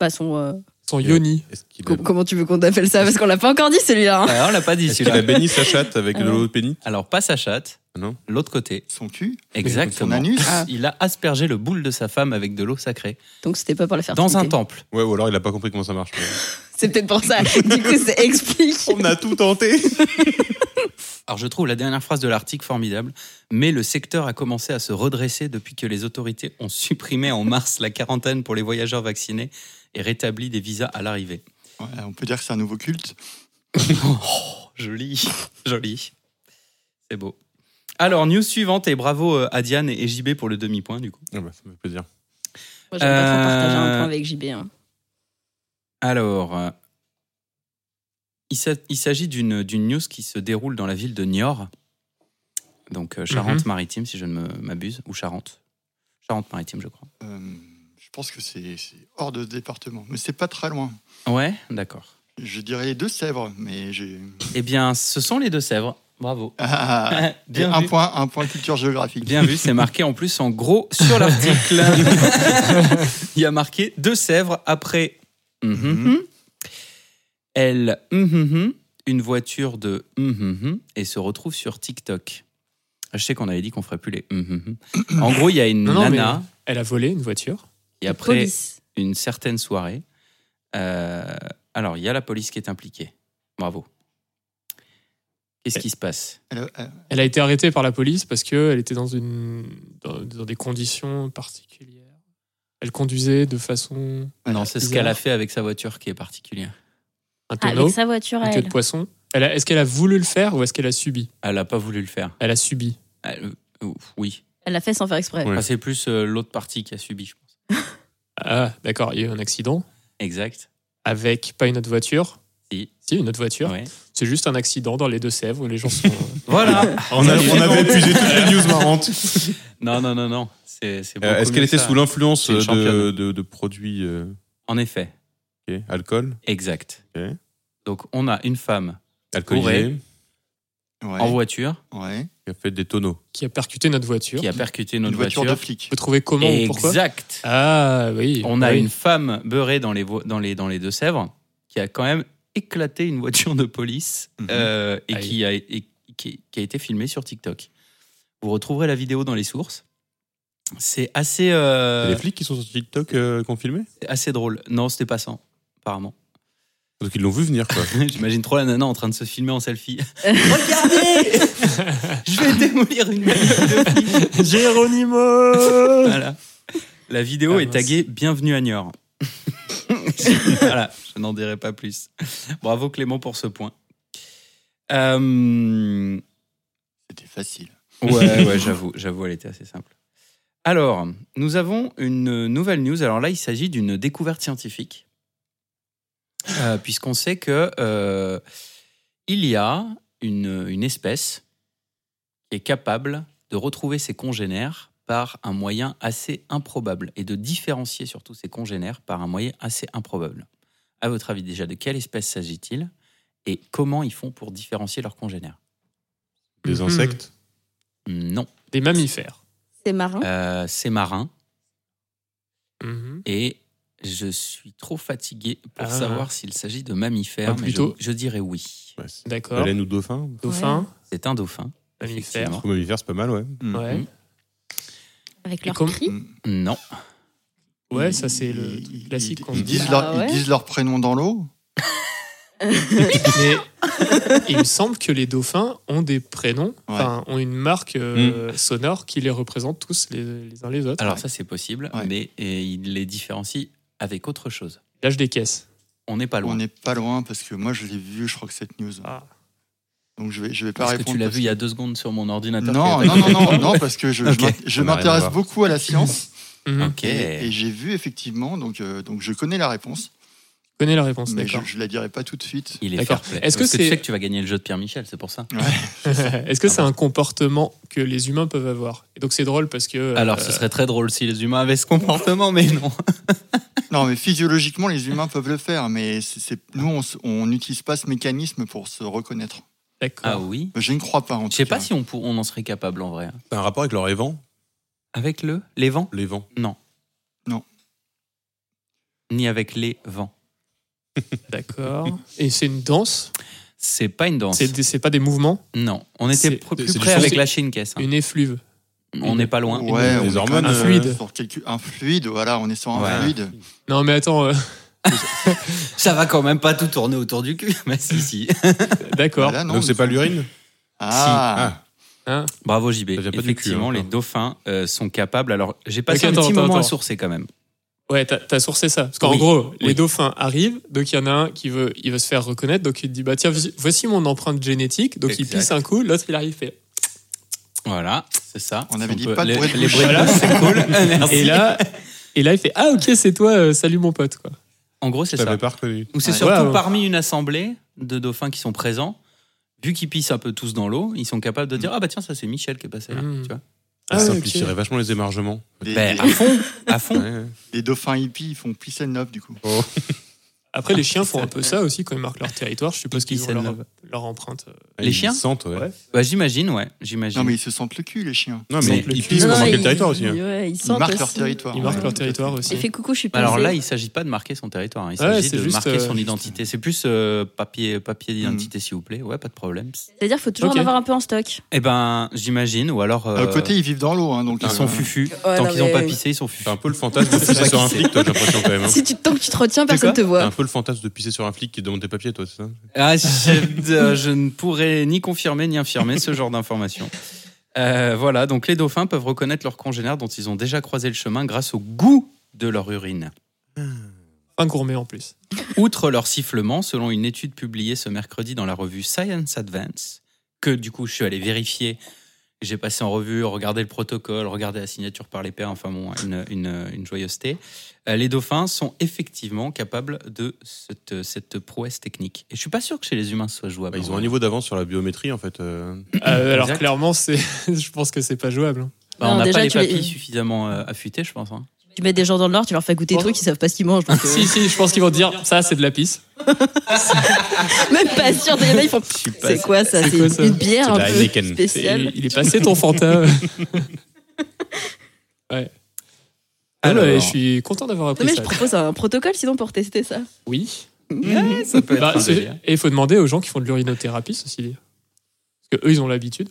[SPEAKER 4] Bah, son, euh,
[SPEAKER 5] Son yoni.
[SPEAKER 2] Est-ce qu'il
[SPEAKER 4] co-
[SPEAKER 2] a,
[SPEAKER 4] Comment tu veux qu'on appelle ça Parce qu'on l'a pas encore dit celui-là. hein.
[SPEAKER 1] Ah, on l'a pas dit
[SPEAKER 2] est-ce qu'il a
[SPEAKER 1] celui-là.
[SPEAKER 2] béni sa chatte avec de l'eau de pénis
[SPEAKER 1] Alors pas sa chatte.
[SPEAKER 2] Non.
[SPEAKER 1] L'autre côté.
[SPEAKER 3] Son cul Son
[SPEAKER 1] Exactement.
[SPEAKER 3] anus
[SPEAKER 4] Ah.
[SPEAKER 1] Il a aspergé le boule de sa femme avec de l'eau sacrée
[SPEAKER 4] Donc c'était pas pour la fertilité.
[SPEAKER 1] dans un temple.
[SPEAKER 2] Ouais, ou alors il a pas compris comment ça marche.
[SPEAKER 4] C'est peut-être pour ça. du coup, c'est explique.
[SPEAKER 2] On a tout tenté.
[SPEAKER 1] Alors je trouve la dernière phrase de l'article formidable. Mais le secteur a commencé à se redresser depuis que les autorités ont supprimé en mars la quarantaine pour les voyageurs vaccinés et rétabli des visas à l'arrivée.
[SPEAKER 3] Ouais, On peut dire que c'est un nouveau culte.
[SPEAKER 1] Oh, joli, joli. C'est beau. Alors, news suivante, et bravo euh, à Diane et JB pour le demi-point, du coup.
[SPEAKER 2] Ah bah, ça me fait plaisir.
[SPEAKER 4] Moi, j'aime pas trop partager un
[SPEAKER 1] Euh,
[SPEAKER 4] point avec JB. hein.
[SPEAKER 1] Alors, euh, il s'a- il s'agit d'une d'une news qui se déroule dans la ville de Niort, donc euh,
[SPEAKER 3] Mhm.
[SPEAKER 1] Charente-Maritime, si je ne me- m'abuse, ou Charente. Charente-Maritime, je crois.
[SPEAKER 3] Euh, je pense que c'est c'est hors de ce département, mais c'est pas très loin.
[SPEAKER 1] Ouais, d'accord.
[SPEAKER 3] Je dirais les Deux-Sèvres, mais j'ai.
[SPEAKER 1] Eh bien, ce sont les Deux-Sèvres. Bravo.
[SPEAKER 3] Ah, et
[SPEAKER 1] Bien
[SPEAKER 3] un
[SPEAKER 1] vu.
[SPEAKER 3] point, un point culture géographique.
[SPEAKER 1] Bien vu, c'est marqué en plus en gros sur l'article. Il y a marqué Deux Sèvres après.
[SPEAKER 5] Mm-hmm.
[SPEAKER 1] mhm. Elle. mhm, Une voiture de. mhm, Et se retrouve sur TikTok. Ah, Je sais qu'on avait dit qu'on ferait plus les. mhm. En gros, il y a une
[SPEAKER 5] Non, non,
[SPEAKER 1] nana
[SPEAKER 5] Elle a volé une voiture.
[SPEAKER 1] et après
[SPEAKER 4] Police.
[SPEAKER 1] une certaine soirée. euh, alors, il y a la police qui est impliquée. Bravo. Qu'est-ce qui se passe
[SPEAKER 3] Elle- elle-
[SPEAKER 5] Elle Euh, a été arrêtée par la police parce qu'elle était dans, une, dans, dans des conditions particulières. Elle conduisait de façon
[SPEAKER 1] Non, c'est ce
[SPEAKER 5] bizarre.
[SPEAKER 1] qu'elle a fait avec sa voiture qui est particulière.
[SPEAKER 5] un
[SPEAKER 4] Ah,
[SPEAKER 5] tonneau,
[SPEAKER 4] avec sa voiture à
[SPEAKER 5] une queue de
[SPEAKER 4] elle.
[SPEAKER 5] poisson. Elle a- Est-ce qu'elle a voulu le faire ou est-ce qu'elle a subi
[SPEAKER 1] Elle n'a pas voulu le faire.
[SPEAKER 5] Elle a subi.
[SPEAKER 1] Elle- Ah, euh, ouf, oui.
[SPEAKER 4] Elle l'a fait sans faire exprès.
[SPEAKER 2] Ouais.
[SPEAKER 1] Ah, c'est plus euh, l'autre partie qui a subi, je pense.
[SPEAKER 5] Ah, d'accord, il y a eu un accident
[SPEAKER 1] Exact.
[SPEAKER 5] avec pas une autre voiture.
[SPEAKER 1] Si.
[SPEAKER 5] Si, une autre voiture.
[SPEAKER 1] Ouais.
[SPEAKER 5] C'est juste un accident dans les Deux-Sèvres où les gens sont.
[SPEAKER 1] Voilà.
[SPEAKER 2] On, a- on avait épuisé toutes les news marrantes.
[SPEAKER 1] non, non, non, non. C'est, c'est
[SPEAKER 2] Euh,
[SPEAKER 1] beaucoup
[SPEAKER 2] Est-ce
[SPEAKER 1] mieux
[SPEAKER 2] qu'elle
[SPEAKER 1] que
[SPEAKER 2] était
[SPEAKER 1] ça.
[SPEAKER 2] sous l'influence
[SPEAKER 1] C'est une
[SPEAKER 2] de,
[SPEAKER 1] championne.
[SPEAKER 2] de, de produits euh,
[SPEAKER 1] En effet.
[SPEAKER 2] ok, alcool,
[SPEAKER 1] Exact.
[SPEAKER 2] Ok.
[SPEAKER 1] Donc, on a une femme
[SPEAKER 2] alcoolisés,
[SPEAKER 3] Ouais,
[SPEAKER 1] en voiture
[SPEAKER 3] ouais.
[SPEAKER 2] qui a fait des tonneaux.
[SPEAKER 5] qui a percuté notre voiture.
[SPEAKER 1] qui a percuté
[SPEAKER 3] Une
[SPEAKER 1] notre
[SPEAKER 3] voiture, de flic.
[SPEAKER 5] Vous trouvez comment ou pourquoi
[SPEAKER 1] exact.
[SPEAKER 5] Ah oui.
[SPEAKER 1] on a
[SPEAKER 5] oui.
[SPEAKER 1] une femme beurrée dans les, vo- dans les, dans les Deux-Sèvres qui a quand même éclaté une voiture de police
[SPEAKER 3] Mhm.
[SPEAKER 1] euh, et,
[SPEAKER 5] Aïe.
[SPEAKER 1] qui a, et qui, qui a été filmée sur TikTok. Vous retrouverez la vidéo dans les sources. C'est assez. euh,
[SPEAKER 2] C'est les flics qui sont sur TikTok euh, qui ont filmé
[SPEAKER 1] assez drôle. Non, c'était pas ça, apparemment.
[SPEAKER 2] Donc ils l'ont vu venir, quoi.
[SPEAKER 1] J'imagine trop la nana en train de se filmer en selfie. Regardez Je vais démolir une mamie de fille.
[SPEAKER 5] Géronimo
[SPEAKER 1] Voilà. La vidéo
[SPEAKER 5] Ah,
[SPEAKER 1] est
[SPEAKER 5] mince.
[SPEAKER 1] taguée Bienvenue à Niort. voilà, je n'en dirai pas plus. Bravo Clément pour ce point. Euh,
[SPEAKER 3] C'était facile.
[SPEAKER 1] Ouais, ouais, j'avoue, j'avoue, elle était assez simple. Alors, nous avons une nouvelle news. Alors là, il s'agit d'une découverte scientifique, Euh, puisqu'on sait que euh, il y a une, une espèce qui est capable de retrouver ses congénères par un moyen assez improbable et de différencier surtout ses congénères par un moyen assez improbable. À votre avis, déjà, de quelle espèce s'agit-il et comment ils font pour différencier leurs congénères
[SPEAKER 2] Des insectes.
[SPEAKER 1] Non,
[SPEAKER 5] Des mammifères.
[SPEAKER 4] C'est marin.
[SPEAKER 1] Euh, c'est marin.
[SPEAKER 5] Mhm.
[SPEAKER 1] Et je suis trop fatigué pour
[SPEAKER 5] Ah.
[SPEAKER 1] savoir s'il s'agit de mammifères.
[SPEAKER 5] Ah,
[SPEAKER 1] mais
[SPEAKER 5] plutôt.
[SPEAKER 1] je, je dirais oui.
[SPEAKER 2] Ouais, c'est-
[SPEAKER 5] D'accord.
[SPEAKER 2] Baleine ou dauphin
[SPEAKER 5] Dauphin,
[SPEAKER 1] C'est un dauphin.
[SPEAKER 5] mammifère.
[SPEAKER 1] effectivement.
[SPEAKER 2] Pour mammifères, c'est pas mal, ouais.
[SPEAKER 1] Hmm. Mhm.
[SPEAKER 5] Ouais.
[SPEAKER 4] Avec
[SPEAKER 5] Et
[SPEAKER 4] leur
[SPEAKER 5] comme-
[SPEAKER 4] cri.
[SPEAKER 1] Non.
[SPEAKER 5] Ouais, ça c'est le
[SPEAKER 3] Hmm. Ils-
[SPEAKER 5] truc
[SPEAKER 3] ils-
[SPEAKER 5] classique. qu'on
[SPEAKER 3] Ils,
[SPEAKER 5] dit.
[SPEAKER 3] disent
[SPEAKER 4] Ah
[SPEAKER 3] leur,
[SPEAKER 4] ouais
[SPEAKER 3] ils disent leur prénom dans l'eau.
[SPEAKER 5] Mais il me semble que les dauphins ont des prénoms, enfin ont une marque euh,
[SPEAKER 1] Mhm.
[SPEAKER 5] sonore qui les représente tous les, les uns les autres.
[SPEAKER 1] Alors ça, c'est possible,
[SPEAKER 3] Ouais.
[SPEAKER 1] mais et il les différencie avec autre chose.
[SPEAKER 5] L'âge des caisses.
[SPEAKER 1] On n'est pas
[SPEAKER 3] On
[SPEAKER 1] loin.
[SPEAKER 3] n'est pas loin parce que moi je l'ai vu, je crois que cette news.
[SPEAKER 5] Ah.
[SPEAKER 3] Donc je vais, je vais pas
[SPEAKER 1] Parce que
[SPEAKER 3] répondre.
[SPEAKER 1] tu l'as
[SPEAKER 3] parce
[SPEAKER 1] vu il y a deux secondes sur mon ordinateur.
[SPEAKER 3] Non,
[SPEAKER 1] qui est
[SPEAKER 3] non, non, non, non, parce que je, je
[SPEAKER 1] Ok.
[SPEAKER 3] m'int- je
[SPEAKER 2] On a rien à
[SPEAKER 3] m'intéresse
[SPEAKER 2] voir.
[SPEAKER 3] beaucoup à la science
[SPEAKER 5] Mhm.
[SPEAKER 1] Ok.
[SPEAKER 3] et, et j'ai vu effectivement, donc, euh, donc je connais la réponse.
[SPEAKER 5] connais la réponse,
[SPEAKER 3] mais je
[SPEAKER 5] d'accord.
[SPEAKER 3] ne la dirai pas tout de suite.
[SPEAKER 1] Il est
[SPEAKER 5] D'accord.
[SPEAKER 1] fort. play.
[SPEAKER 5] Est-ce que
[SPEAKER 1] Parce tu
[SPEAKER 5] c'est-
[SPEAKER 1] sais que tu vas gagner le jeu de Pierre Michel, c'est pour ça.
[SPEAKER 5] Est-ce que c'est
[SPEAKER 1] Ah
[SPEAKER 5] un comportement que les humains peuvent avoir Et donc c'est drôle parce que. euh,
[SPEAKER 1] Alors, ce serait très drôle si les humains avaient ce comportement, mais non.
[SPEAKER 3] Non, mais physiologiquement, les humains peuvent le faire, mais c'est- c'est- nous, on s- on n'utilise pas ce mécanisme pour se reconnaître.
[SPEAKER 5] D'accord.
[SPEAKER 1] Ah oui.
[SPEAKER 3] Je ne crois pas, en
[SPEAKER 1] Je
[SPEAKER 3] tout
[SPEAKER 1] sais
[SPEAKER 3] cas.
[SPEAKER 1] pas si on, pour- on en serait capable en vrai. hein.
[SPEAKER 2] T'as un rapport avec leur évent
[SPEAKER 1] Avec le les vents
[SPEAKER 2] Les vents.
[SPEAKER 1] Non.
[SPEAKER 3] Non.
[SPEAKER 1] Ni avec les vents.
[SPEAKER 5] D'accord. Et c'est une danse
[SPEAKER 1] C'est pas une danse.
[SPEAKER 5] C'est des- c'est pas des mouvements
[SPEAKER 1] Non. On était
[SPEAKER 5] C'est-
[SPEAKER 1] pro-
[SPEAKER 2] c'est
[SPEAKER 1] plus
[SPEAKER 2] du
[SPEAKER 1] près
[SPEAKER 2] son,
[SPEAKER 1] avec
[SPEAKER 5] c'est-
[SPEAKER 1] lâcher une caisse. hein.
[SPEAKER 5] Une effluve
[SPEAKER 1] On n'est pas loin.
[SPEAKER 3] Ouais,
[SPEAKER 2] les
[SPEAKER 3] on est quand
[SPEAKER 2] hormones, euh,
[SPEAKER 3] même
[SPEAKER 5] un fluide.
[SPEAKER 3] sur quelque- un fluide, voilà, on est sur un
[SPEAKER 1] Ouais.
[SPEAKER 3] fluide.
[SPEAKER 5] Non, mais attends, euh,
[SPEAKER 1] Ça va quand même pas tout tourner autour du cul. Mais si, si.
[SPEAKER 5] d'accord.
[SPEAKER 3] Voilà, non,
[SPEAKER 2] Donc c'est
[SPEAKER 3] mais-
[SPEAKER 2] pas l'urine
[SPEAKER 3] Ah,
[SPEAKER 1] Bravo
[SPEAKER 2] Ça
[SPEAKER 1] JB.
[SPEAKER 2] vient pas du
[SPEAKER 1] Effectivement,
[SPEAKER 2] cul, hein,
[SPEAKER 1] les dauphins euh, sont capables. Alors, j'ai passé
[SPEAKER 5] Ok,
[SPEAKER 1] un
[SPEAKER 5] attends,
[SPEAKER 1] petit
[SPEAKER 5] attends,
[SPEAKER 1] moment à
[SPEAKER 5] attends.
[SPEAKER 1] sourcer quand même.
[SPEAKER 5] Ouais, t'as t'as sourcé ça. Parce qu'en
[SPEAKER 1] Oui.
[SPEAKER 5] gros,
[SPEAKER 1] Oui.
[SPEAKER 5] les dauphins arrivent, donc il y en a un qui veut, il veut se faire reconnaître, donc il dit bah tiens, voici- voici mon empreinte génétique, donc il
[SPEAKER 1] Exact.
[SPEAKER 5] pisse un coup, l'autre il arrive, il fait.
[SPEAKER 1] Voilà, c'est ça.
[SPEAKER 3] On avait
[SPEAKER 1] Si
[SPEAKER 3] dit
[SPEAKER 1] peut-
[SPEAKER 3] pas de
[SPEAKER 1] les,
[SPEAKER 3] bruit de
[SPEAKER 1] les
[SPEAKER 3] bouche.
[SPEAKER 1] bruits de
[SPEAKER 5] Voilà.
[SPEAKER 1] bouche, c'est cool. Merci.
[SPEAKER 5] Et là, et là il fait ah ok c'est toi, euh, salut mon pote quoi.
[SPEAKER 1] en gros, c'est ça.
[SPEAKER 2] T'avais pas reconnu.
[SPEAKER 1] Ou c'est
[SPEAKER 3] Ouais.
[SPEAKER 1] surtout
[SPEAKER 5] Ouais.
[SPEAKER 1] parmi une assemblée de dauphins qui sont présents, vu qu'ils pissent un peu tous dans l'eau, ils sont capables de dire ah bah tiens ça c'est Michel qui est passé là.
[SPEAKER 5] Mm.
[SPEAKER 1] Tu vois
[SPEAKER 2] Ça
[SPEAKER 5] Ah, ouais,
[SPEAKER 2] simplifierait
[SPEAKER 5] ok.
[SPEAKER 2] vachement les émargements.
[SPEAKER 3] des,
[SPEAKER 1] Ben,
[SPEAKER 3] des-
[SPEAKER 1] à fond, à fond.
[SPEAKER 2] Ouais.
[SPEAKER 3] des dauphins hippies, ils font peace and love, du coup.
[SPEAKER 5] Après les chiens font un peu ça aussi quand ils marquent leur territoire, je suppose qu'ils ont
[SPEAKER 1] pissent
[SPEAKER 5] leur,
[SPEAKER 1] là-bas.
[SPEAKER 5] leur empreinte. euh,
[SPEAKER 1] Les chiens
[SPEAKER 2] Ils sentent, ouais.
[SPEAKER 5] Ouais.
[SPEAKER 1] Bah, j'imagine ouais,
[SPEAKER 3] Non,
[SPEAKER 1] j'imagine.
[SPEAKER 3] mais ils se sentent le cul, les chiens.
[SPEAKER 2] Non,
[SPEAKER 1] Ils
[SPEAKER 2] mais
[SPEAKER 1] sentent le
[SPEAKER 2] ils
[SPEAKER 1] cul.
[SPEAKER 2] pissent
[SPEAKER 1] Non,
[SPEAKER 2] pour
[SPEAKER 1] non,
[SPEAKER 2] marquer
[SPEAKER 1] ils-
[SPEAKER 2] le territoire aussi. hein.
[SPEAKER 4] Ouais, ils
[SPEAKER 3] Ils
[SPEAKER 4] sentent
[SPEAKER 3] marquent
[SPEAKER 4] aussi.
[SPEAKER 3] leur territoire.
[SPEAKER 5] Ils marquent leur
[SPEAKER 3] ouais, tout à fait.
[SPEAKER 5] territoire aussi.
[SPEAKER 4] Il fait coucou, je suis
[SPEAKER 1] Alors là,
[SPEAKER 4] passé.
[SPEAKER 1] il s'agit pas de marquer son territoire, hein. il
[SPEAKER 5] Ouais,
[SPEAKER 1] s'agit
[SPEAKER 5] c'est
[SPEAKER 1] de
[SPEAKER 5] juste,
[SPEAKER 1] marquer
[SPEAKER 5] euh,
[SPEAKER 1] son
[SPEAKER 5] juste- Mm.
[SPEAKER 1] identité. C'est plus euh, papier, papier d'identité, s'il vous plaît. Ouais, pas de problème.
[SPEAKER 4] C'est-à-dire faut toujours
[SPEAKER 5] Ok.
[SPEAKER 4] en avoir un peu en stock.
[SPEAKER 1] Eh ben, j'imagine. Ou alors, euh,
[SPEAKER 3] D'un côté, ils vivent dans l'eau, hein, donc
[SPEAKER 1] ils
[SPEAKER 3] euh,
[SPEAKER 1] sont fufu.
[SPEAKER 4] Ouais,
[SPEAKER 1] Tant
[SPEAKER 4] non,
[SPEAKER 1] qu'ils ont
[SPEAKER 4] mais-
[SPEAKER 1] pas pissé, ils sont fufu.
[SPEAKER 2] T'as un peu le fantasme de
[SPEAKER 1] pas
[SPEAKER 2] pisser sur
[SPEAKER 1] qui
[SPEAKER 2] un
[SPEAKER 1] c'est.
[SPEAKER 2] flic, toi, j'ai l'impression quand même. hein.
[SPEAKER 4] Si tu, tant que tu te retiens, personne
[SPEAKER 1] quoi
[SPEAKER 4] te
[SPEAKER 2] T'as
[SPEAKER 4] voit.
[SPEAKER 2] un peu le fantasme de pisser sur un flic qui te demande tes papiers, toi, c'est ça
[SPEAKER 1] Ah, je, euh, je ne pourrais ni confirmer ni infirmer ce genre d'informations. Euh, voilà, donc les dauphins peuvent reconnaître leurs congénères dont ils ont déjà croisé le chemin grâce au goût de leur urine.
[SPEAKER 5] Un gourmet en plus.
[SPEAKER 1] Outre leur sifflement, selon une étude publiée ce mercredi dans la revue Science Advance, que du coup je suis allé vérifier, j'ai passé en revue, regardé le protocole, regardé la signature par les pairs, enfin bon, une, une, une joyeuseté, Euh, les dauphins sont effectivement capables de cette, cette prouesse technique. Et je suis pas sûr que chez les humains ce soit jouable.
[SPEAKER 2] Bah, Ils ont un niveau d'avance sur la biométrie, en fait. euh.
[SPEAKER 5] Euh, alors
[SPEAKER 1] Exact.
[SPEAKER 5] clairement, c'est, je pense que c'est pas jouable. hein.
[SPEAKER 1] Bah,
[SPEAKER 4] Non,
[SPEAKER 1] on n'a
[SPEAKER 4] déjà,
[SPEAKER 1] pas les
[SPEAKER 4] tu les-
[SPEAKER 1] papilles suffisamment euh, affûtées, je pense. hein.
[SPEAKER 4] Tu mets des gens dans le nord, tu leur fais goûter des trucs, ils savent pas ce qu'ils mangent. donc, euh,
[SPEAKER 5] si si, je pense qu'ils vont te dire ça c'est de la pisse.
[SPEAKER 4] Même pas sûr. Il y en a, ils font. C'est quoi ça C'est
[SPEAKER 5] quoi, ça
[SPEAKER 4] une bière
[SPEAKER 2] C'est de
[SPEAKER 4] un
[SPEAKER 2] la
[SPEAKER 4] peu
[SPEAKER 2] Heineken.
[SPEAKER 5] Il,
[SPEAKER 4] spéciale.
[SPEAKER 5] il est passé ton fanta. ouais. Alors,
[SPEAKER 1] Alors.
[SPEAKER 5] Ah
[SPEAKER 1] euh,
[SPEAKER 5] je suis content d'avoir
[SPEAKER 4] Non
[SPEAKER 5] appris
[SPEAKER 4] mais je
[SPEAKER 5] ça.
[SPEAKER 4] propose un protocole sinon pour tester ça.
[SPEAKER 5] Oui.
[SPEAKER 1] ça peut être
[SPEAKER 5] Bah,
[SPEAKER 1] un
[SPEAKER 5] c'est-
[SPEAKER 1] délire.
[SPEAKER 5] et il faut demander aux gens qui font de l'urinothérapie, ceci dit. Parce que eux, ils ont l'habitude.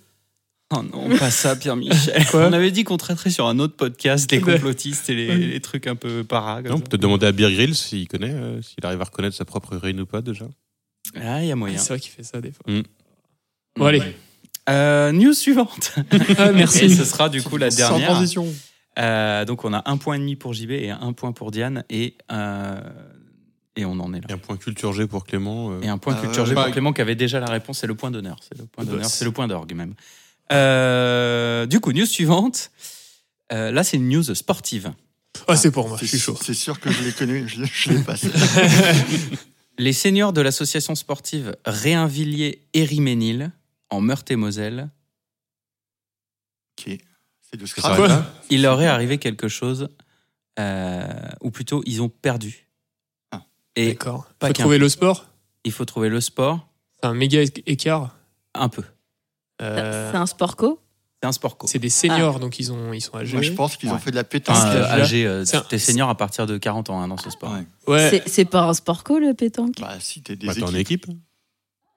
[SPEAKER 1] Oh non, pas ça, Pierre-Michel.
[SPEAKER 5] Quoi
[SPEAKER 1] on avait dit qu'on traiterait sur un autre podcast les complotistes et les, les trucs un peu paras. comme
[SPEAKER 2] Non,
[SPEAKER 1] ça.
[SPEAKER 2] peut-être demander à Beer Grylls s'il connaît, euh, s'il arrive à reconnaître sa propre urine ou pas, déjà.
[SPEAKER 1] Ah, il y a moyen.
[SPEAKER 5] C'est vrai qu'ils font ça des fois.
[SPEAKER 1] Mm.
[SPEAKER 5] Bon, allez.
[SPEAKER 1] Euh, news suivante.
[SPEAKER 5] Ah,
[SPEAKER 1] Et
[SPEAKER 5] merci.
[SPEAKER 1] ce sera du coup la
[SPEAKER 3] Sans
[SPEAKER 1] dernière.
[SPEAKER 3] transition.
[SPEAKER 1] Euh, donc on a un point et demi pour JB et un point pour Diane et euh, et on en est là.
[SPEAKER 2] Et un point culture G pour Clément. euh.
[SPEAKER 1] Et un point
[SPEAKER 3] Euh,
[SPEAKER 1] culture G
[SPEAKER 2] bah,
[SPEAKER 1] pour Clément qui avait déjà la réponse, c'est le point d'honneur. C'est le point
[SPEAKER 5] Bah,
[SPEAKER 1] d'honneur, c'est
[SPEAKER 5] c'est-
[SPEAKER 1] le point d'orgue même. Euh, du coup, news suivante. Euh, là, c'est une news sportive.
[SPEAKER 5] Ah, c'est pour moi, je
[SPEAKER 3] C'est
[SPEAKER 5] suis chaud.
[SPEAKER 3] c'est sûr que je les connais, je, je les passe.
[SPEAKER 1] Les seniors de l'association sportive Réinvilliers-Hériménil, en Meurthe-et-Moselle,
[SPEAKER 3] Ok, c'est du
[SPEAKER 2] Ça s'arrête
[SPEAKER 3] scrap.
[SPEAKER 2] là
[SPEAKER 1] il leur est arrivé quelque chose, euh, ou plutôt, ils ont perdu.
[SPEAKER 3] Ah,
[SPEAKER 1] Et
[SPEAKER 5] D'accord.
[SPEAKER 1] pas
[SPEAKER 5] Faut
[SPEAKER 1] qu'un.
[SPEAKER 5] trouver le sport.
[SPEAKER 1] il faut trouver le sport,
[SPEAKER 5] C'est un méga é- écart.
[SPEAKER 1] un peu.
[SPEAKER 5] Euh,
[SPEAKER 4] C'est un Ah. sport co.
[SPEAKER 1] C'est un sport co.
[SPEAKER 5] c'est des seniors, donc ils, ont, ils sont âgés.
[SPEAKER 3] Moi, je pense qu'ils ont
[SPEAKER 1] Ouais.
[SPEAKER 3] fait de la pétanque.
[SPEAKER 1] Enfin, euh,
[SPEAKER 5] c'est-
[SPEAKER 1] âgé, euh,
[SPEAKER 5] c'est un-
[SPEAKER 1] t'es senior à partir de 40 ans hein, dans ce sport.
[SPEAKER 3] Ouais.
[SPEAKER 5] Ouais.
[SPEAKER 4] C'est- C'est pas un sport co le pétanque.
[SPEAKER 3] Bah, si, t'es des
[SPEAKER 2] Bah, T'es en
[SPEAKER 3] équipes.
[SPEAKER 2] équipe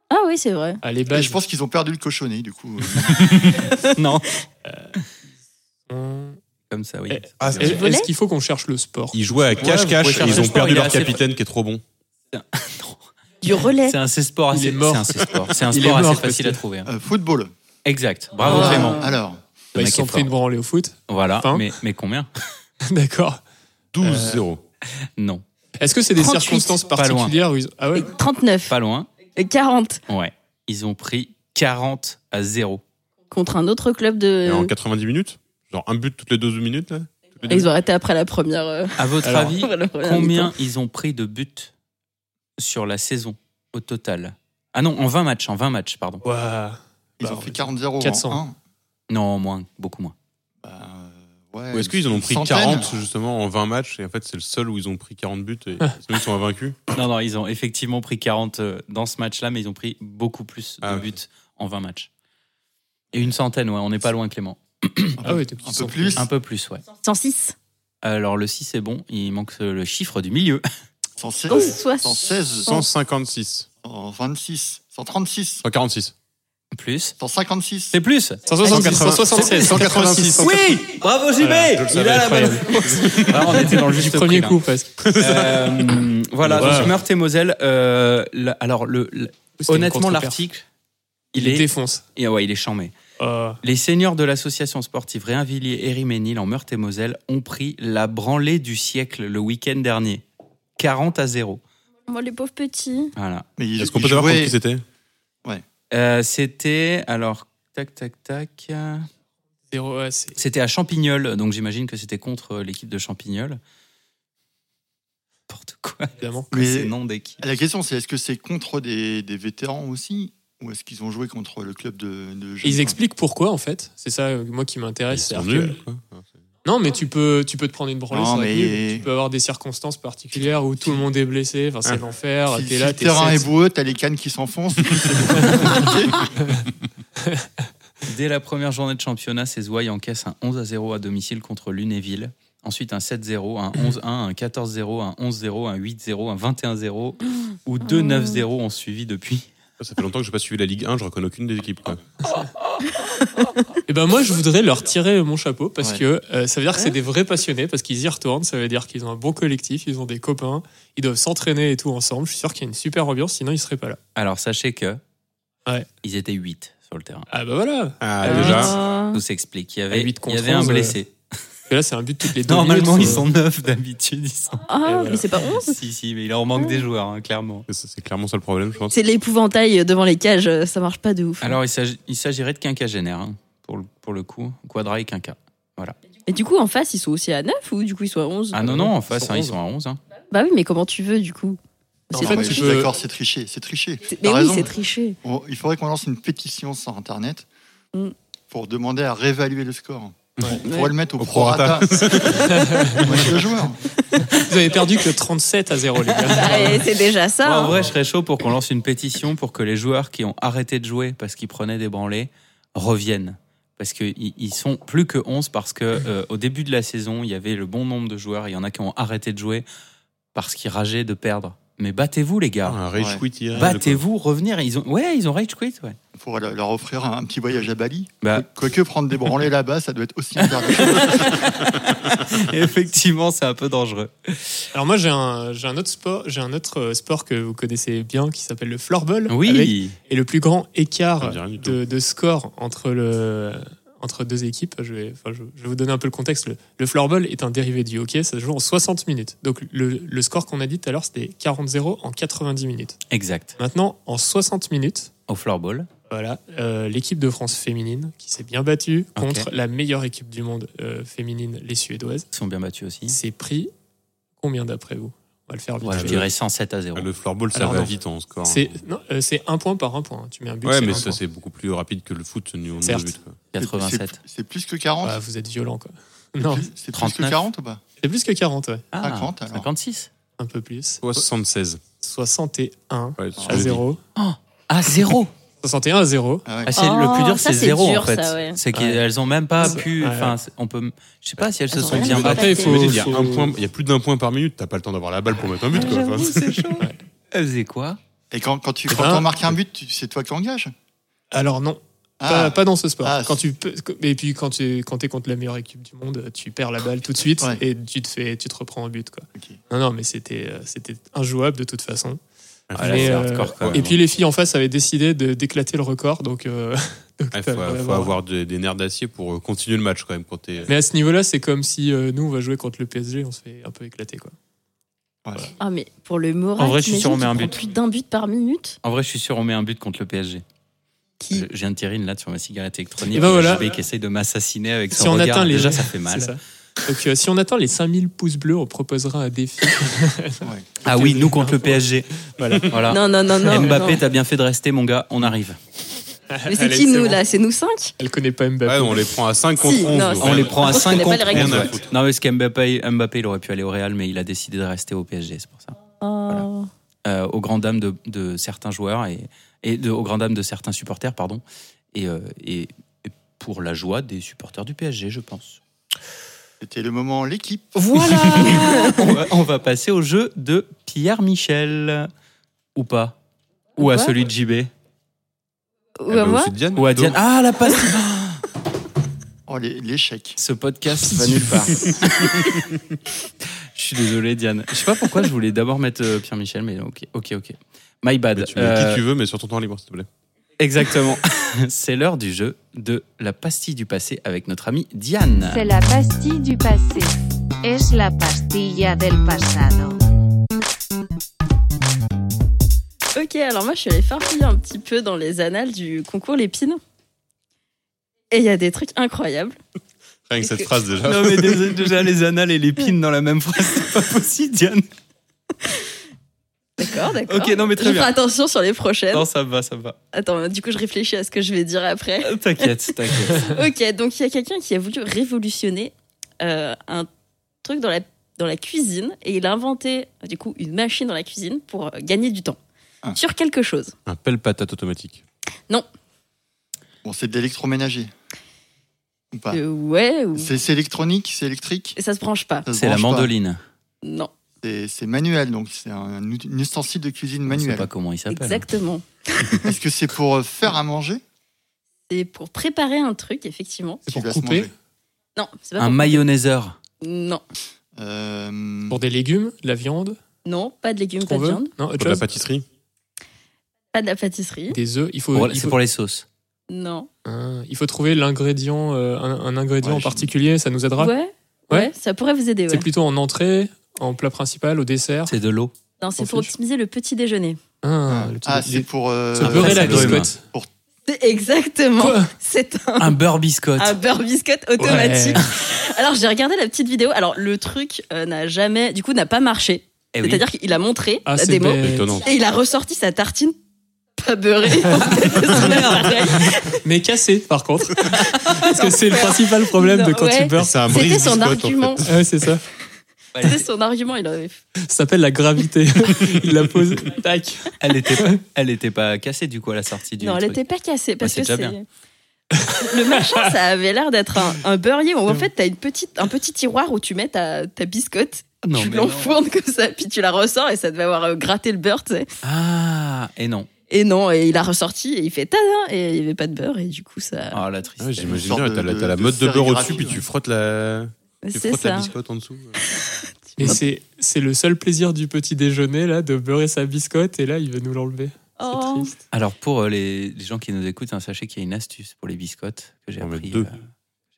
[SPEAKER 4] Ah oui c'est vrai.
[SPEAKER 5] Ah, les
[SPEAKER 3] Et
[SPEAKER 5] bases.
[SPEAKER 3] je pense qu'ils ont perdu le cochonnet, du coup. Euh,
[SPEAKER 1] non, Euh,
[SPEAKER 5] sont-
[SPEAKER 1] comme ça, oui.
[SPEAKER 5] Eh,
[SPEAKER 2] Ah,
[SPEAKER 5] Est-
[SPEAKER 4] volet
[SPEAKER 5] Est-ce qu'il faut qu'on cherche le sport
[SPEAKER 2] Ils jouaient à
[SPEAKER 1] vous pouvez
[SPEAKER 2] cache-cache,
[SPEAKER 1] faire
[SPEAKER 2] ils
[SPEAKER 1] le
[SPEAKER 2] ont
[SPEAKER 1] sport,
[SPEAKER 2] perdu
[SPEAKER 1] il est
[SPEAKER 2] leur
[SPEAKER 1] assez-
[SPEAKER 2] capitaine qui est trop bon.
[SPEAKER 4] Du relais.
[SPEAKER 1] C'est un assez sport
[SPEAKER 5] Il
[SPEAKER 1] assez,
[SPEAKER 5] est mort.
[SPEAKER 1] c'est un assez sport. C'est un
[SPEAKER 5] Il est
[SPEAKER 1] sport assez
[SPEAKER 5] mort,
[SPEAKER 1] facile à
[SPEAKER 5] parce que-
[SPEAKER 1] trouver. hein.
[SPEAKER 3] Euh, football. Euh,
[SPEAKER 1] Exact. Bravo
[SPEAKER 4] Ah.
[SPEAKER 1] Clément.
[SPEAKER 3] Alors,
[SPEAKER 5] Bah,
[SPEAKER 1] mec
[SPEAKER 5] Ils
[SPEAKER 1] est
[SPEAKER 5] se sont
[SPEAKER 1] fort.
[SPEAKER 5] pris une branlée au foot.
[SPEAKER 1] Voilà.
[SPEAKER 5] Enfin.
[SPEAKER 1] Mais, mais combien
[SPEAKER 5] D'accord.
[SPEAKER 2] 12-0.
[SPEAKER 1] Non.
[SPEAKER 5] Est-ce que c'est des
[SPEAKER 4] 38,
[SPEAKER 5] circonstances
[SPEAKER 1] pas loin.
[SPEAKER 5] particulières où ils- Ah ouais
[SPEAKER 4] Et 39,
[SPEAKER 1] Pas loin.
[SPEAKER 4] et 40
[SPEAKER 1] Ouais. Ils ont pris 40 à 0.
[SPEAKER 4] contre un autre club
[SPEAKER 1] Euh,
[SPEAKER 2] Et en
[SPEAKER 4] de.
[SPEAKER 2] 90 minutes Genre un but toutes les 12 minutes là Toutes les
[SPEAKER 4] Ils ont arrêté après la première. euh,
[SPEAKER 1] À votre
[SPEAKER 5] Alors,
[SPEAKER 1] avis,
[SPEAKER 4] après la première
[SPEAKER 1] combien
[SPEAKER 4] mi-temps.
[SPEAKER 1] ils ont pris de buts sur la saison au total. Ah non, en 20 matchs, en 20 matchs, pardon.
[SPEAKER 5] Ouah.
[SPEAKER 3] Ils
[SPEAKER 5] Bah,
[SPEAKER 3] ont fait
[SPEAKER 5] ouais.
[SPEAKER 3] 40-0.
[SPEAKER 5] 400.
[SPEAKER 3] En 1.
[SPEAKER 1] Non, moins, beaucoup moins.
[SPEAKER 3] Bah, ouais,
[SPEAKER 1] Euh,
[SPEAKER 2] Ou est-ce qu'ils en ont pris
[SPEAKER 3] centaine.
[SPEAKER 2] 40 justement en 20 matchs et en fait c'est le seul où ils ont pris 40 buts et c'est eux qui sont invaincus
[SPEAKER 1] Non, non, ils ont effectivement pris 40 euh, dans ce match-là, mais ils ont pris beaucoup plus de
[SPEAKER 2] Ah, ok.
[SPEAKER 1] buts en 20 matchs. Et une centaine, ouais, on n'est pas loin, Clément.
[SPEAKER 5] Ah oui, donc ils
[SPEAKER 3] Un peu
[SPEAKER 5] sont-
[SPEAKER 3] plus.
[SPEAKER 1] Un peu plus, ouais.
[SPEAKER 4] 106
[SPEAKER 1] Alors le 6 est bon, il manque le chiffre du milieu.
[SPEAKER 3] 116.
[SPEAKER 4] Soit-
[SPEAKER 3] 116.
[SPEAKER 2] 156,
[SPEAKER 3] 126. 136.
[SPEAKER 2] 146.
[SPEAKER 1] Plus.
[SPEAKER 3] 156.
[SPEAKER 1] C'est plus
[SPEAKER 5] 176, 186.
[SPEAKER 1] Oui Bravo JB
[SPEAKER 5] Voilà, je le savais, incroyable.
[SPEAKER 1] Ah, on était dans le
[SPEAKER 5] Du
[SPEAKER 1] juste prix,
[SPEAKER 5] premier
[SPEAKER 1] là.
[SPEAKER 5] coup, presque.
[SPEAKER 1] Euh, voilà,
[SPEAKER 5] Ouais.
[SPEAKER 1] donc Meurthe et Moselle. euh, la- alors, le, le-
[SPEAKER 5] C'était une
[SPEAKER 1] honnêtement,
[SPEAKER 5] contre-perte.
[SPEAKER 1] l'article, il
[SPEAKER 5] Il
[SPEAKER 1] est,
[SPEAKER 5] défonce.
[SPEAKER 1] et ouais, il est chambé.
[SPEAKER 5] Euh,
[SPEAKER 1] Les seniors de l'association sportive Réinvilliers Ménil en Meurthe et Moselle ont pris la branlée du siècle le week-end dernier. 40 à 0.
[SPEAKER 4] Moi, les pauvres petits.
[SPEAKER 1] Voilà.
[SPEAKER 3] Mais ils-
[SPEAKER 2] Est-ce qu'on
[SPEAKER 3] ils
[SPEAKER 2] peut savoir contre
[SPEAKER 3] jouaient-
[SPEAKER 2] qui c'était
[SPEAKER 1] Euh, c'était, alors, tac, tac, tac. euh,
[SPEAKER 5] Zéro, ouais, c'est-
[SPEAKER 1] C'était à Champignol, donc j'imagine que c'était contre euh, l'équipe de Champignol. N'importe quoi.
[SPEAKER 5] évidemment.
[SPEAKER 3] Mais-
[SPEAKER 1] C'est nom d'équipe.
[SPEAKER 3] La question, c'est est-ce que c'est contre des, des vétérans aussi Ou est-ce qu'ils ont joué contre le club de, de
[SPEAKER 5] Et
[SPEAKER 3] jeunes
[SPEAKER 5] Ils expliquent pourquoi, en fait. C'est ça, euh, moi, qui m'intéresse.
[SPEAKER 2] Ils sont
[SPEAKER 5] C'est-à-dire que-
[SPEAKER 2] nuls, quoi.
[SPEAKER 5] Non, mais tu peux, tu peux te prendre une branlée.
[SPEAKER 3] Non,
[SPEAKER 5] c'est vrai que
[SPEAKER 3] mais-
[SPEAKER 5] Tu peux avoir des circonstances particulières où tout le monde est blessé. Enfin, c'est
[SPEAKER 2] Ah.
[SPEAKER 5] l'enfer.
[SPEAKER 3] Si,
[SPEAKER 5] T'es
[SPEAKER 3] si
[SPEAKER 5] là,
[SPEAKER 3] le
[SPEAKER 5] t'es
[SPEAKER 3] terrain
[SPEAKER 5] sept.
[SPEAKER 3] est boueux, t'as les cannes qui s'enfoncent.
[SPEAKER 1] Dès la première journée de championnat, ces Zouailles encaissent un 11 à 0 à domicile contre Lunéville. Ensuite, un 7-0, un 11-1, un 14-0, un 11-0, un 8-0, un 21-0 ou deux 9-0 ont suivi depuis.
[SPEAKER 2] Ça fait longtemps que j'ai pas suivi la Ligue 1, je reconnais aucune des équipes. Quoi.
[SPEAKER 5] Et ben moi, je voudrais leur tirer mon chapeau parce
[SPEAKER 3] Ouais.
[SPEAKER 5] que euh, ça veut dire que c'est
[SPEAKER 4] Ouais.
[SPEAKER 5] des vrais passionnés parce qu'ils y retournent. Ça veut dire qu'ils ont un bon collectif, ils ont des copains, ils doivent s'entraîner et tout ensemble. Je suis sûr qu'il y a une super ambiance, sinon ils seraient pas là.
[SPEAKER 1] Alors, sachez que
[SPEAKER 5] Ouais.
[SPEAKER 1] ils étaient 8 sur le terrain.
[SPEAKER 5] Ah bah voilà.
[SPEAKER 2] Ah,
[SPEAKER 5] Ah,
[SPEAKER 2] déjà.
[SPEAKER 4] Ah.
[SPEAKER 1] Tout s'explique. Il y avait,
[SPEAKER 5] huit
[SPEAKER 1] il
[SPEAKER 5] contre
[SPEAKER 1] y avait un
[SPEAKER 5] 11, euh,
[SPEAKER 1] blessé.
[SPEAKER 5] Parce que là, c'est un but toutes les deux
[SPEAKER 1] Normalement, ils
[SPEAKER 5] minutes, euh,
[SPEAKER 1] sont 9 d'habitude. Ils sont...
[SPEAKER 4] Ah,
[SPEAKER 5] voilà.
[SPEAKER 4] mais c'est pas 11
[SPEAKER 1] si, si, mais il en manque des joueurs, hein, clairement.
[SPEAKER 2] C'est c'est clairement ça le problème, je pense.
[SPEAKER 4] C'est l'épouvantail devant les cages, euh, ça marche pas de ouf.
[SPEAKER 1] Alors, il s'agi- il s'agirait de quinquagénaire, hein, pour, le- pour le coup. Quadra et quinca.
[SPEAKER 4] Et du coup, en face, ils sont aussi à 9 ou du coup, ils sont à 11
[SPEAKER 1] Ah non, non, en face,
[SPEAKER 5] sont
[SPEAKER 1] hein, ils
[SPEAKER 5] 11.
[SPEAKER 1] sont à 11. hein.
[SPEAKER 4] Bah oui, mais comment tu veux, du coup
[SPEAKER 5] Non,
[SPEAKER 4] C'est-
[SPEAKER 5] en fait,
[SPEAKER 3] Non, mais
[SPEAKER 5] tu
[SPEAKER 3] je suis
[SPEAKER 5] peux-
[SPEAKER 3] d'accord, c'est triché. C'est triché.
[SPEAKER 4] c'est-
[SPEAKER 3] T'as
[SPEAKER 4] Mais oui,
[SPEAKER 3] raison.
[SPEAKER 4] c'est triché.
[SPEAKER 3] On- il faudrait qu'on lance une pétition sur Internet
[SPEAKER 4] Mm.
[SPEAKER 3] pour demander à réévaluer le score. On pourrait
[SPEAKER 4] Ouais.
[SPEAKER 3] le mettre au,
[SPEAKER 2] Au
[SPEAKER 3] prorata. Moins de joueurs.
[SPEAKER 5] Vous avez perdu que 37 à 0, les gars.
[SPEAKER 4] Bah, et c'est déjà ça.
[SPEAKER 1] Moi, en
[SPEAKER 4] hein.
[SPEAKER 1] vrai, je serais chaud pour qu'on lance une pétition pour que les joueurs qui ont arrêté de jouer parce qu'ils prenaient des branlées reviennent. Parce qu'ils ils sont plus que 11 parce que euh, au début de la saison, il y avait le bon nombre de joueurs. Il y en a qui ont arrêté de jouer parce qu'ils rageaient de perdre. Mais battez-vous, les
[SPEAKER 2] Ah,
[SPEAKER 1] gars.
[SPEAKER 2] un rage
[SPEAKER 3] Ouais.
[SPEAKER 2] quit irréel,
[SPEAKER 1] Bah,
[SPEAKER 2] quoi.
[SPEAKER 1] Battez-vous, revenir. Ils ont... Ouais, ils ont rage quit. Ouais.
[SPEAKER 3] Il faudrait leur- leur offrir un, un petit voyage à Bali.
[SPEAKER 1] Bah.
[SPEAKER 3] Quoique prendre des branlées là-bas, ça doit être aussi interdit.
[SPEAKER 1] Effectivement, c'est un peu dangereux.
[SPEAKER 5] Alors moi, j'ai un, j'ai un autre sport, j'ai un autre euh, sport que vous connaissez bien qui s'appelle le floorball. avec
[SPEAKER 1] Oui.
[SPEAKER 5] Et le plus grand
[SPEAKER 2] Ça me
[SPEAKER 5] écart
[SPEAKER 2] dit rien Ah, du
[SPEAKER 5] de, de score entre, le, entre deux équipes, je vais, enfin, je, je vais vous donner un peu le contexte. Le, le floorball est un dérivé du hockey, ça se joue en 60 minutes. Donc le, le score qu'on a dit tout à l'heure, c'était 40-0 en 90 minutes.
[SPEAKER 1] Exact.
[SPEAKER 5] Maintenant, en 60 minutes,
[SPEAKER 1] Au floorball.
[SPEAKER 5] voilà, euh, l'équipe de France féminine qui s'est bien battue contre la meilleure équipe du monde euh, féminine, les Suédoises,
[SPEAKER 1] Ils sont bien battus aussi.
[SPEAKER 5] s'est pris combien d'après vous On va le faire vite.
[SPEAKER 1] Ouais, je
[SPEAKER 5] fait.
[SPEAKER 1] dirais 107 à 0.
[SPEAKER 2] Le floorball, ça
[SPEAKER 5] Alors,
[SPEAKER 2] va
[SPEAKER 5] non.
[SPEAKER 2] vite en score.
[SPEAKER 5] C'est non, euh, c'est un point par un point. hein. Tu mets un but.
[SPEAKER 2] Ouais,
[SPEAKER 5] c'est
[SPEAKER 2] mais
[SPEAKER 5] un
[SPEAKER 2] ça,
[SPEAKER 5] point.
[SPEAKER 2] c'est beaucoup plus rapide que le foot au niveau
[SPEAKER 5] Certes.
[SPEAKER 2] de but. quoi.
[SPEAKER 3] C'est
[SPEAKER 1] 87.
[SPEAKER 3] c'est plus que 40.
[SPEAKER 5] Ouais, Ah, vous êtes violent quoi. Non,
[SPEAKER 3] Plus- C'est plus que
[SPEAKER 1] 39.
[SPEAKER 3] 40 ou pas
[SPEAKER 5] c'est plus que 40, ouais.
[SPEAKER 1] Ah,
[SPEAKER 3] 50, alors.
[SPEAKER 1] 56.
[SPEAKER 5] un peu plus.
[SPEAKER 2] Soit 76.
[SPEAKER 5] 61
[SPEAKER 2] Ouais, tu
[SPEAKER 5] à
[SPEAKER 2] l'as dit.
[SPEAKER 5] 0.
[SPEAKER 1] Ah, 0
[SPEAKER 5] 61 à 0.
[SPEAKER 3] Ah ouais.
[SPEAKER 1] Ah, c'est- le
[SPEAKER 4] Oh,
[SPEAKER 1] plus dur,
[SPEAKER 4] ça,
[SPEAKER 1] c'est
[SPEAKER 4] c'est
[SPEAKER 1] zéro
[SPEAKER 4] dur,
[SPEAKER 1] en fait.
[SPEAKER 4] ça, ouais.
[SPEAKER 1] C'est
[SPEAKER 5] Ouais.
[SPEAKER 1] qu'elles ont même pas
[SPEAKER 5] Ouais.
[SPEAKER 1] pu.
[SPEAKER 5] Ouais.
[SPEAKER 1] Enfin, c'est- on peut. Je sais pas si elles se
[SPEAKER 4] Elles ont
[SPEAKER 1] sont
[SPEAKER 4] rien
[SPEAKER 1] bien
[SPEAKER 4] fait.
[SPEAKER 1] battues.
[SPEAKER 5] Après, il faut.
[SPEAKER 2] Il y a
[SPEAKER 5] faut-
[SPEAKER 2] un point- il y a plus d'un point par minute, t'as pas le temps d'avoir la balle pour mettre un but. quoi. Enfin,
[SPEAKER 1] chaud. Elles faisaient quoi
[SPEAKER 3] Et quand, quand tu
[SPEAKER 5] Eh
[SPEAKER 3] quand
[SPEAKER 5] ben-
[SPEAKER 3] t'en marques un but, tu- c'est toi qui engages
[SPEAKER 5] Alors non,
[SPEAKER 3] Ah,
[SPEAKER 5] pas, pas dans ce sport.
[SPEAKER 3] Ah,
[SPEAKER 5] quand tu peux- et puis quand tu quand es contre la meilleure équipe du monde, tu perds la balle tout de suite
[SPEAKER 3] Ouais.
[SPEAKER 5] et tu te fais tu te reprends un but quoi.
[SPEAKER 3] Ok.
[SPEAKER 5] Non non, mais c'était euh, c'était injouable de toute façon.
[SPEAKER 2] Ah,
[SPEAKER 5] Mais,
[SPEAKER 1] c'est
[SPEAKER 5] euh,
[SPEAKER 1] hardcore, quand
[SPEAKER 5] et
[SPEAKER 1] même. hein.
[SPEAKER 5] puis les filles en face avaient décidé de d'éclater le record donc, euh, donc
[SPEAKER 2] Il
[SPEAKER 5] t'as-
[SPEAKER 2] faut,
[SPEAKER 5] ouais,
[SPEAKER 2] faut
[SPEAKER 5] voilà.
[SPEAKER 2] avoir des, des nerfs d'acier pour euh, continuer le match quand même quand t'es.
[SPEAKER 5] Mais à ce niveau-là, c'est comme si euh, nous on va jouer contre le PSG, on se fait un peu éclater quoi.
[SPEAKER 4] Ah, mais pour le moral.
[SPEAKER 1] En vrai, je suis
[SPEAKER 4] t'imagines,
[SPEAKER 1] sûr, on
[SPEAKER 4] tu
[SPEAKER 1] met un
[SPEAKER 4] prends
[SPEAKER 1] but.
[SPEAKER 4] Plus d'un but par minute.
[SPEAKER 1] En vrai, je suis sûr, on met un but contre le PSG. Qui Je viens de tirer une latte sur ma cigarette électronique.
[SPEAKER 5] Et ben voilà.
[SPEAKER 1] Le JB qui essaye de m'assassiner avec son
[SPEAKER 5] Si on
[SPEAKER 1] regard.
[SPEAKER 5] atteint les-
[SPEAKER 1] Déjà, ça fait mal.
[SPEAKER 5] C'est ça. Donc, euh, si on attend les 5000 pouces bleus, on proposera un défi.
[SPEAKER 1] Ah oui, nous contre le PSG. Voilà. voilà.
[SPEAKER 4] Non, non, non, non.
[SPEAKER 1] Ah, Mbappé,
[SPEAKER 4] non.
[SPEAKER 1] t'as bien fait de rester, mon gars. On arrive.
[SPEAKER 4] Mais c'est
[SPEAKER 5] Allez,
[SPEAKER 4] qui
[SPEAKER 5] c'est
[SPEAKER 4] nous
[SPEAKER 5] bon.
[SPEAKER 4] là C'est nous cinq
[SPEAKER 5] Elle connaît pas Mbappé.
[SPEAKER 2] Ouais, on les prend à 5 contre
[SPEAKER 4] Si,
[SPEAKER 2] 11.
[SPEAKER 4] non,
[SPEAKER 2] nous.
[SPEAKER 4] si.
[SPEAKER 1] On les prend à
[SPEAKER 4] Moi, je
[SPEAKER 1] 5
[SPEAKER 4] connais pas les
[SPEAKER 1] contre
[SPEAKER 4] règles.
[SPEAKER 1] onze,
[SPEAKER 2] Rien à
[SPEAKER 1] ouais.
[SPEAKER 2] foutre.
[SPEAKER 1] Non, parce qu'Mbappé, Mbappé, il aurait pu aller au Real, mais il a décidé de rester au PSG, c'est pour ça.
[SPEAKER 4] Oh.
[SPEAKER 1] Euh, aux grandes dames de, de certains joueurs et, et de, aux grandes dames de certains supporters, pardon. Et, euh, et, et pour la joie des supporters du PSG, je pense.
[SPEAKER 3] C'était le moment l'équipe.
[SPEAKER 4] Voilà
[SPEAKER 1] on, va, on va passer au jeu de Pierre Michel. Ou pas Ou à
[SPEAKER 4] Quoi
[SPEAKER 1] celui de JB
[SPEAKER 2] Ah,
[SPEAKER 4] Ou
[SPEAKER 2] bah,
[SPEAKER 4] à moi
[SPEAKER 1] Ou à Diane Ah, la passe
[SPEAKER 3] Oh, les- l'échec.
[SPEAKER 1] Ce podcast va nulle part. Je suis désolé, Diane. Je sais pas pourquoi je voulais d'abord mettre euh, Pierre-Michel, mais ok, ok, ok. My bad.
[SPEAKER 2] Mais Tu mets
[SPEAKER 1] Euh,
[SPEAKER 2] qui tu veux, mais sur ton temps libre, s'il te plaît.
[SPEAKER 1] Exactement. C'est l'heure du jeu de la pastille du passé avec notre amie Diane.
[SPEAKER 9] C'est la pastille du passé. Es la pastilla del pasado.
[SPEAKER 4] Ok, alors moi je suis allée farfouiller un petit peu dans les annales du concours Lépine. Et il y a des trucs incroyables.
[SPEAKER 2] Rien que cette phrase déjà.
[SPEAKER 1] Non mais déjà, déjà, les annales et les pines dans la même phrase, c'est pas possible, Diane.
[SPEAKER 4] D'accord, d'accord.
[SPEAKER 1] Ok, non, mais très
[SPEAKER 4] Oh, je
[SPEAKER 1] bien.
[SPEAKER 4] ferai attention sur les prochaines.
[SPEAKER 1] Non, ça va, ça va.
[SPEAKER 4] Attends, du coup je réfléchis à ce que je vais dire après.
[SPEAKER 1] T'inquiète, t'inquiète.
[SPEAKER 4] ok, donc il y a quelqu'un qui a voulu révolutionner euh, un truc dans la, dans la cuisine et il a inventé du coup une machine dans la cuisine pour euh, gagner du temps
[SPEAKER 3] Ah.
[SPEAKER 4] sur quelque chose.
[SPEAKER 2] Un pelle patate automatique.
[SPEAKER 3] Bon, c'est de l'électroménager. Ou pas
[SPEAKER 4] Euh, ouais, ou...
[SPEAKER 3] Ah. C'est c'est électronique, c'est électrique.
[SPEAKER 4] ça se branche pas.
[SPEAKER 3] ça se
[SPEAKER 1] C'est la
[SPEAKER 3] branche pas.
[SPEAKER 1] mandoline.
[SPEAKER 4] Non,
[SPEAKER 3] C'est c'est manuel, donc c'est un, ut- un ustensile de cuisine
[SPEAKER 1] Je sais
[SPEAKER 3] manuelle.
[SPEAKER 1] pas comment il s'appelle.
[SPEAKER 4] exactement.
[SPEAKER 3] Est-ce que c'est pour euh, faire à manger
[SPEAKER 4] C'est pour préparer un truc effectivement.
[SPEAKER 5] C'est
[SPEAKER 3] Tu
[SPEAKER 5] pour
[SPEAKER 3] vas se
[SPEAKER 5] couper,
[SPEAKER 3] manger.
[SPEAKER 4] Non, c'est pas
[SPEAKER 1] Un
[SPEAKER 4] pour-
[SPEAKER 1] mayonnaiseur.
[SPEAKER 4] Non,
[SPEAKER 3] Euh,
[SPEAKER 5] pour des légumes, de la viande,
[SPEAKER 4] non, pas de légumes,
[SPEAKER 5] ce
[SPEAKER 4] pas
[SPEAKER 5] qu'on
[SPEAKER 4] de
[SPEAKER 5] veut.
[SPEAKER 4] viande,
[SPEAKER 5] Non, autre
[SPEAKER 2] Pour de la
[SPEAKER 5] chose.
[SPEAKER 2] pâtisserie.
[SPEAKER 4] pas de la pâtisserie.
[SPEAKER 5] Des œufs. Il faut,
[SPEAKER 1] Pour-
[SPEAKER 5] il
[SPEAKER 1] C'est
[SPEAKER 5] faut-
[SPEAKER 1] pour les sauces.
[SPEAKER 4] Non.
[SPEAKER 5] Ah, il faut trouver l'ingrédient, euh, un, un ingrédient
[SPEAKER 3] Ouais,
[SPEAKER 5] en
[SPEAKER 3] je-
[SPEAKER 5] particulier. Ça nous aidera.
[SPEAKER 4] Ouais, ouais,
[SPEAKER 5] Ouais.
[SPEAKER 4] ça pourrait vous aider.
[SPEAKER 5] C'est
[SPEAKER 4] Ouais.
[SPEAKER 5] plutôt en entrée, en plat principal, au dessert.
[SPEAKER 1] C'est de l'eau.
[SPEAKER 4] Non, c'est
[SPEAKER 5] on
[SPEAKER 4] pour
[SPEAKER 5] fiche.
[SPEAKER 4] optimiser le petit déjeuner.
[SPEAKER 5] Ah, le petit-
[SPEAKER 3] Ah,
[SPEAKER 5] il
[SPEAKER 3] c'est
[SPEAKER 5] est-
[SPEAKER 3] pour. euh,
[SPEAKER 5] se beurrer la
[SPEAKER 1] c'est le rhume.
[SPEAKER 5] biscotte.
[SPEAKER 4] C'est exactement.
[SPEAKER 5] Quoi
[SPEAKER 4] C'est un
[SPEAKER 1] Un beurre biscotte.
[SPEAKER 4] un beurre biscotte automatique. Alors j'ai regardé la petite vidéo. Alors le truc euh, n'a jamais, du coup, n'a pas marché.
[SPEAKER 1] Eh oui.
[SPEAKER 4] C'est-à-dire qu'il a montré
[SPEAKER 5] Ah,
[SPEAKER 4] la
[SPEAKER 5] c'est
[SPEAKER 4] démo
[SPEAKER 5] bête.
[SPEAKER 2] Étonnant.
[SPEAKER 4] et il a ressorti sa tartine pas beurrée. Sur l'appareil.
[SPEAKER 5] Mais cassé, par contre. Parce que c'est le principal problème de
[SPEAKER 4] Non,
[SPEAKER 5] quand
[SPEAKER 4] ouais.
[SPEAKER 5] tu beurres. Ah
[SPEAKER 2] C'est un
[SPEAKER 4] C'était
[SPEAKER 2] brise
[SPEAKER 4] son argument.
[SPEAKER 5] Ouais, c'est ça.
[SPEAKER 4] C'était son argument. Il avait.
[SPEAKER 5] Ça s'appelle la gravité. Il la pose. Tac.
[SPEAKER 1] Elle était, elle était pas cassée du coup à la sortie du
[SPEAKER 4] Non, elle
[SPEAKER 1] truc.
[SPEAKER 4] était pas cassée parce
[SPEAKER 1] c'est
[SPEAKER 4] que
[SPEAKER 1] déjà
[SPEAKER 4] c'est.
[SPEAKER 1] bien.
[SPEAKER 4] Le machin, ça avait l'air d'être un, un beurrier où en fait t'as une petite, un petit tiroir où tu mets ta, ta biscotte,
[SPEAKER 1] Non,
[SPEAKER 4] tu
[SPEAKER 1] mais non.
[SPEAKER 4] l'enfournes comme ça, puis tu la ressors et ça devait avoir euh, gratté le beurre, tu sais.
[SPEAKER 1] Ah, et non.
[SPEAKER 4] Et non, et il a ressorti et il fait tada et il y avait pas de beurre et du coup ça.
[SPEAKER 1] Ah, la tristesse.
[SPEAKER 2] J'imagine
[SPEAKER 3] Une
[SPEAKER 2] bien,
[SPEAKER 3] sorte
[SPEAKER 2] t'as la,
[SPEAKER 3] de-
[SPEAKER 2] t'as la
[SPEAKER 3] de
[SPEAKER 2] mode de beurre
[SPEAKER 3] sérigraphie,
[SPEAKER 2] au-dessus, puis tu
[SPEAKER 3] ouais.
[SPEAKER 2] frottes la, Ah, tu
[SPEAKER 4] c'est
[SPEAKER 2] frottes la
[SPEAKER 4] ça.
[SPEAKER 2] biscotte en dessous.
[SPEAKER 5] Mais c'est, c'est le seul plaisir du petit déjeuner, là, de beurrer sa biscotte. Et là, il veut nous l'enlever. C'est
[SPEAKER 4] Oh.
[SPEAKER 5] triste.
[SPEAKER 1] Alors pour euh, les, les gens qui nous écoutent, hein, sachez qu'il y a une astuce pour les biscottes que j'ai
[SPEAKER 2] On met
[SPEAKER 1] appris.
[SPEAKER 2] deux.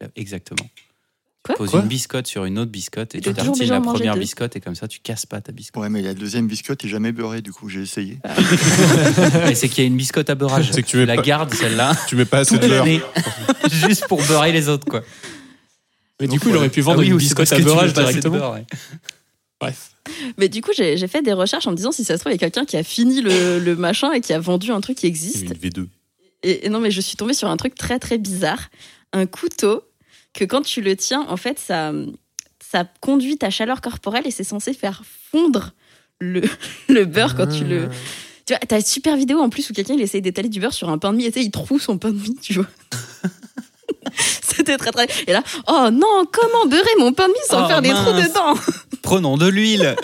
[SPEAKER 1] euh, exactement.
[SPEAKER 4] Quoi
[SPEAKER 1] tu poses
[SPEAKER 5] Quoi
[SPEAKER 1] une biscotte sur une autre biscotte et
[SPEAKER 4] Il
[SPEAKER 1] tu
[SPEAKER 4] y a toujours
[SPEAKER 1] tartines
[SPEAKER 4] des gens
[SPEAKER 1] la
[SPEAKER 4] à manger
[SPEAKER 1] première
[SPEAKER 4] deux.
[SPEAKER 1] biscotte et comme ça tu casses pas ta biscotte.
[SPEAKER 3] Ouais, mais la deuxième biscotte est jamais beurrée, du coup, j'ai essayé.
[SPEAKER 1] Mais c'est qu'il y a une biscotte à beurrage.
[SPEAKER 2] C'est que tu mets
[SPEAKER 1] la
[SPEAKER 2] pas-
[SPEAKER 1] garde celle-là
[SPEAKER 2] Tu mets pas assez
[SPEAKER 1] toute
[SPEAKER 2] de beurre.
[SPEAKER 1] l'année juste pour beurrer les autres quoi.
[SPEAKER 5] Mais du
[SPEAKER 3] Donc,
[SPEAKER 5] coup, il
[SPEAKER 3] voilà.
[SPEAKER 5] aurait pu vendre une
[SPEAKER 1] Ah ou c'est
[SPEAKER 5] biscotte
[SPEAKER 1] parce
[SPEAKER 5] à
[SPEAKER 1] que tu mets
[SPEAKER 5] beurrage
[SPEAKER 1] pas assez de
[SPEAKER 5] directement.
[SPEAKER 1] beurre, ouais.
[SPEAKER 5] Bref.
[SPEAKER 4] Mais du coup, j'ai j'ai fait des recherches en me disant si ça se trouve, il y a quelqu'un qui a fini le, le machin et qui a vendu un truc qui
[SPEAKER 2] Une
[SPEAKER 4] existe.
[SPEAKER 2] V2.
[SPEAKER 4] Et, et non, mais je suis tombée sur un truc très très bizarre. Un couteau que quand tu le tiens, en fait, ça, ça conduit ta chaleur corporelle et c'est censé faire fondre le, le beurre quand tu
[SPEAKER 1] Ah.
[SPEAKER 4] le. Tu vois, t'as une super vidéo en plus où quelqu'un il essaye d'étaler du beurre sur un pain de mie et tu sais, il trouve son pain de mie, tu vois. C'était très très. Et là, oh non, comment beurrer mon pain de mie sans
[SPEAKER 1] Oh,
[SPEAKER 4] faire des
[SPEAKER 1] mince.
[SPEAKER 4] trous dedans
[SPEAKER 1] Prenons de l'huile.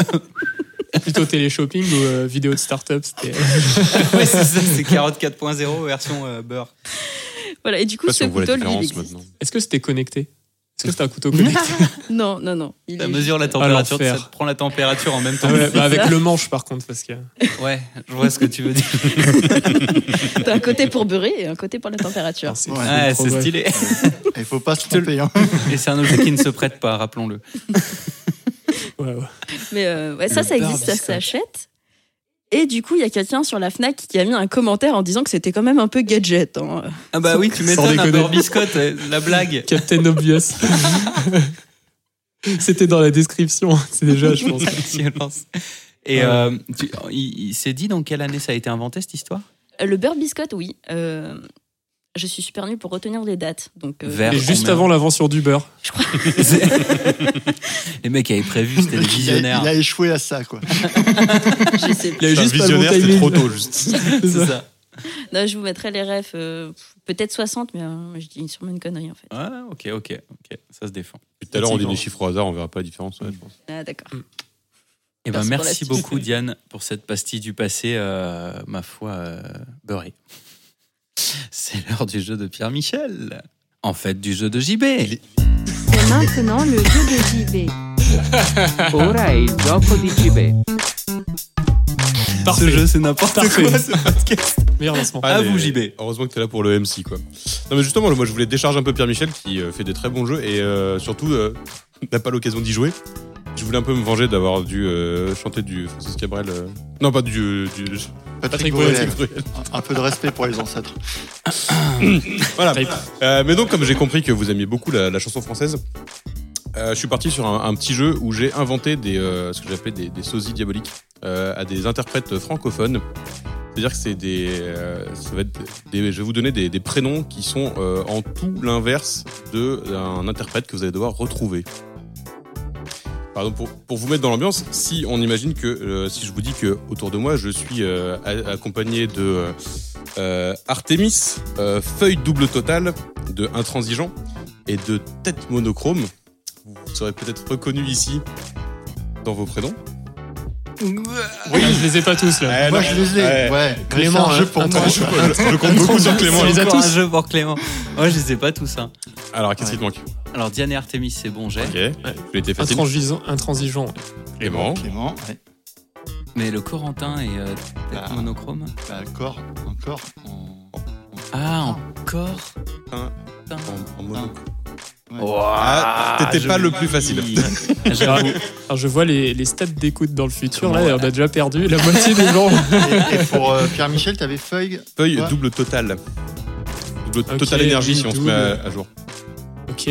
[SPEAKER 5] Plutôt télé-shopping ou euh, vidéo de start-up. C'était... euh,
[SPEAKER 1] ouais, c'est ça, c'est carotte 4.0 version euh, beurre.
[SPEAKER 4] Voilà, et du
[SPEAKER 2] Je sais
[SPEAKER 4] coup,
[SPEAKER 2] pas
[SPEAKER 4] ce
[SPEAKER 2] si on voit la
[SPEAKER 4] couteau, lui, il
[SPEAKER 2] différence
[SPEAKER 4] existe.
[SPEAKER 2] maintenant.
[SPEAKER 5] Est-ce que c'était connecté Est-ce que c'était un couteau connecté
[SPEAKER 4] Non, non, non. Il
[SPEAKER 1] Ça
[SPEAKER 4] est
[SPEAKER 1] mesure la
[SPEAKER 4] juste-
[SPEAKER 1] température,
[SPEAKER 5] l'enfer.
[SPEAKER 1] ça te prend la température en même temps.
[SPEAKER 5] Ah ouais, bah,
[SPEAKER 4] ça.
[SPEAKER 5] Avec le manche, par contre, parce que...
[SPEAKER 1] ouais, je vois ce que tu veux dire.
[SPEAKER 4] T'as un côté pour beurrer et un côté pour la température.
[SPEAKER 5] Enfin, c'est,
[SPEAKER 3] Ouais.
[SPEAKER 5] c'est
[SPEAKER 1] Ouais,
[SPEAKER 5] trop
[SPEAKER 1] c'est
[SPEAKER 5] vrai.
[SPEAKER 1] stylé.
[SPEAKER 3] Il faut pas se
[SPEAKER 1] te le-
[SPEAKER 3] tromper. hein.
[SPEAKER 1] Et c'est un objet qui ne se prête pas, rappelons-le.
[SPEAKER 5] Ouais, ouais.
[SPEAKER 4] Mais euh, ouais, ça,
[SPEAKER 1] Le
[SPEAKER 4] ça
[SPEAKER 1] beurre
[SPEAKER 4] existe, ça
[SPEAKER 1] biscotte.
[SPEAKER 4] s'achète. Et du coup, il y a quelqu'un sur la Fnac qui a mis un commentaire en disant que c'était quand même un peu gadget. hein.
[SPEAKER 1] Ah bah oui, tu
[SPEAKER 5] Sans
[SPEAKER 1] m'étonnes, un
[SPEAKER 5] déconner.
[SPEAKER 1] beurre biscotte, euh, la blague.
[SPEAKER 5] Captain Obvious. C'était dans la description. C'est déjà, je pense.
[SPEAKER 1] Silence. Et
[SPEAKER 5] Ah.
[SPEAKER 1] euh, tu- il, il s'est dit dans quelle année ça a été inventé cette histoire
[SPEAKER 4] Euh, Le beurre biscotte, oui. Euh, je suis super nulle pour retenir les dates. Donc, euh,
[SPEAKER 1] Vers-
[SPEAKER 5] Et juste
[SPEAKER 1] Combien
[SPEAKER 5] avant l'invention du beurre.
[SPEAKER 1] Les mecs avaient prévu, c'était des
[SPEAKER 3] Il a,
[SPEAKER 1] visionnaires.
[SPEAKER 3] il a échoué à ça, quoi.
[SPEAKER 4] je sais pas.
[SPEAKER 5] Il avait
[SPEAKER 2] Putain,
[SPEAKER 5] juste pas le bon
[SPEAKER 2] visionnaire, c'était
[SPEAKER 5] timing.
[SPEAKER 2] trop tôt, juste.
[SPEAKER 5] C'est ça.
[SPEAKER 1] C'est ça.
[SPEAKER 4] Non, je vous mettrai les refs, euh, pff, peut-être 60, mais euh, je dis sûrement une connerie en fait.
[SPEAKER 1] Ouais, Ah, ok, ok, ok, ça se défend.
[SPEAKER 2] Depuis Tout à l'heure, on dit des chiffres au hasard, on verra pas la différence, ouais, je pense.
[SPEAKER 4] Ah, d'accord.
[SPEAKER 1] Eh ben,
[SPEAKER 4] Merci pour
[SPEAKER 1] merci
[SPEAKER 4] l'astuce.
[SPEAKER 1] beaucoup, Diane, pour cette pastille du passé, euh, ma foi, euh, beurrée. C'est l'heure du jeu de Pierre Michel. En fait, du jeu de JB.
[SPEAKER 9] C'est maintenant le jeu de JB.
[SPEAKER 10] Ora è il gioco di GB.
[SPEAKER 5] Parfait.
[SPEAKER 1] Ce jeu, c'est n'importe
[SPEAKER 5] Parfait.
[SPEAKER 1] quoi, ce podcast.
[SPEAKER 5] Meilleur lancement.
[SPEAKER 2] Ah,
[SPEAKER 1] À vous, JB.
[SPEAKER 2] Heureusement que t'es là pour le MC, quoi. Non, mais justement, moi, je voulais décharger un peu Pierre Michel, qui euh, fait des très bons jeux et euh, surtout euh, n'a pas l'occasion d'y jouer. Je voulais un peu me venger d'avoir dû euh, chanter du Francis Cabrel. euh, Non, pas du. du- du-
[SPEAKER 5] Patrick
[SPEAKER 3] Patrick
[SPEAKER 5] Bruel.
[SPEAKER 3] Bruel.
[SPEAKER 2] Patrick Bruel.
[SPEAKER 3] Un, un peu de respect pour les ancêtres.
[SPEAKER 2] Voilà.
[SPEAKER 5] Type.
[SPEAKER 2] Euh, mais donc, comme j'ai compris que vous aimiez beaucoup la, la chanson française, euh, je suis parti sur un, un petit jeu où j'ai inventé des, euh, ce que j'appelais des, des sosies diaboliques euh, à des interprètes francophones. C'est-à-dire que c'est des, euh, ça va être des- je vais vous donner des, des prénoms qui sont euh, en tout l'inverse de- d'un interprète que vous allez devoir retrouver. Pardon, pour, pour vous mettre dans l'ambiance, si on imagine que, euh, si je vous dis que autour de moi, je suis euh, a- accompagné de euh, euh, Artemis, euh, feuille double totale de intransigeant et de tête monochrome. Vous serez peut-être reconnu ici dans vos prénoms.
[SPEAKER 5] Oui, Ah, je les ai pas tous là.
[SPEAKER 3] Moi, je les ai. Ouais. Mais
[SPEAKER 5] Eh Clément,
[SPEAKER 3] c'est un jeu
[SPEAKER 5] hein.
[SPEAKER 3] pour
[SPEAKER 5] Attends,
[SPEAKER 3] moi.
[SPEAKER 5] je-
[SPEAKER 3] ça.
[SPEAKER 2] Je compte beaucoup sur Clément.
[SPEAKER 5] On les a
[SPEAKER 1] Encore
[SPEAKER 5] tous.
[SPEAKER 1] un jeu pour Clément. Moi, je les ai pas tous. hein.
[SPEAKER 2] Alors, qu'est-ce qui te manque
[SPEAKER 1] Alors, Diane et Artemis, c'est bon, j'ai.
[SPEAKER 2] Ok, je l'ai été facile.
[SPEAKER 5] Intransigeant. intransigeant.
[SPEAKER 2] Clément.
[SPEAKER 3] Clément, ouais.
[SPEAKER 1] Mais le Corentin et euh, peut-être
[SPEAKER 3] Ah.
[SPEAKER 1] monochrome.
[SPEAKER 3] Bah, encore, encore. en-
[SPEAKER 1] Ah, encore
[SPEAKER 2] Un.
[SPEAKER 1] Putain.
[SPEAKER 2] En- en
[SPEAKER 3] en-
[SPEAKER 2] mono.
[SPEAKER 3] ouais.
[SPEAKER 2] Ah, t'étais pas le plus facile.
[SPEAKER 1] J'avoue.
[SPEAKER 5] Alors je vois les, les stats d'écoute dans le futur.
[SPEAKER 1] Comment-
[SPEAKER 5] Là, et on a déjà perdu la moitié des gens.
[SPEAKER 3] Et, et pour euh, Pierre-Michel, t'avais feuille.
[SPEAKER 2] Feuille
[SPEAKER 3] Ouais.
[SPEAKER 2] double totale. Double
[SPEAKER 5] Ok,
[SPEAKER 2] totale énergie si on se
[SPEAKER 5] double.
[SPEAKER 2] met à, à jour.
[SPEAKER 5] Ok.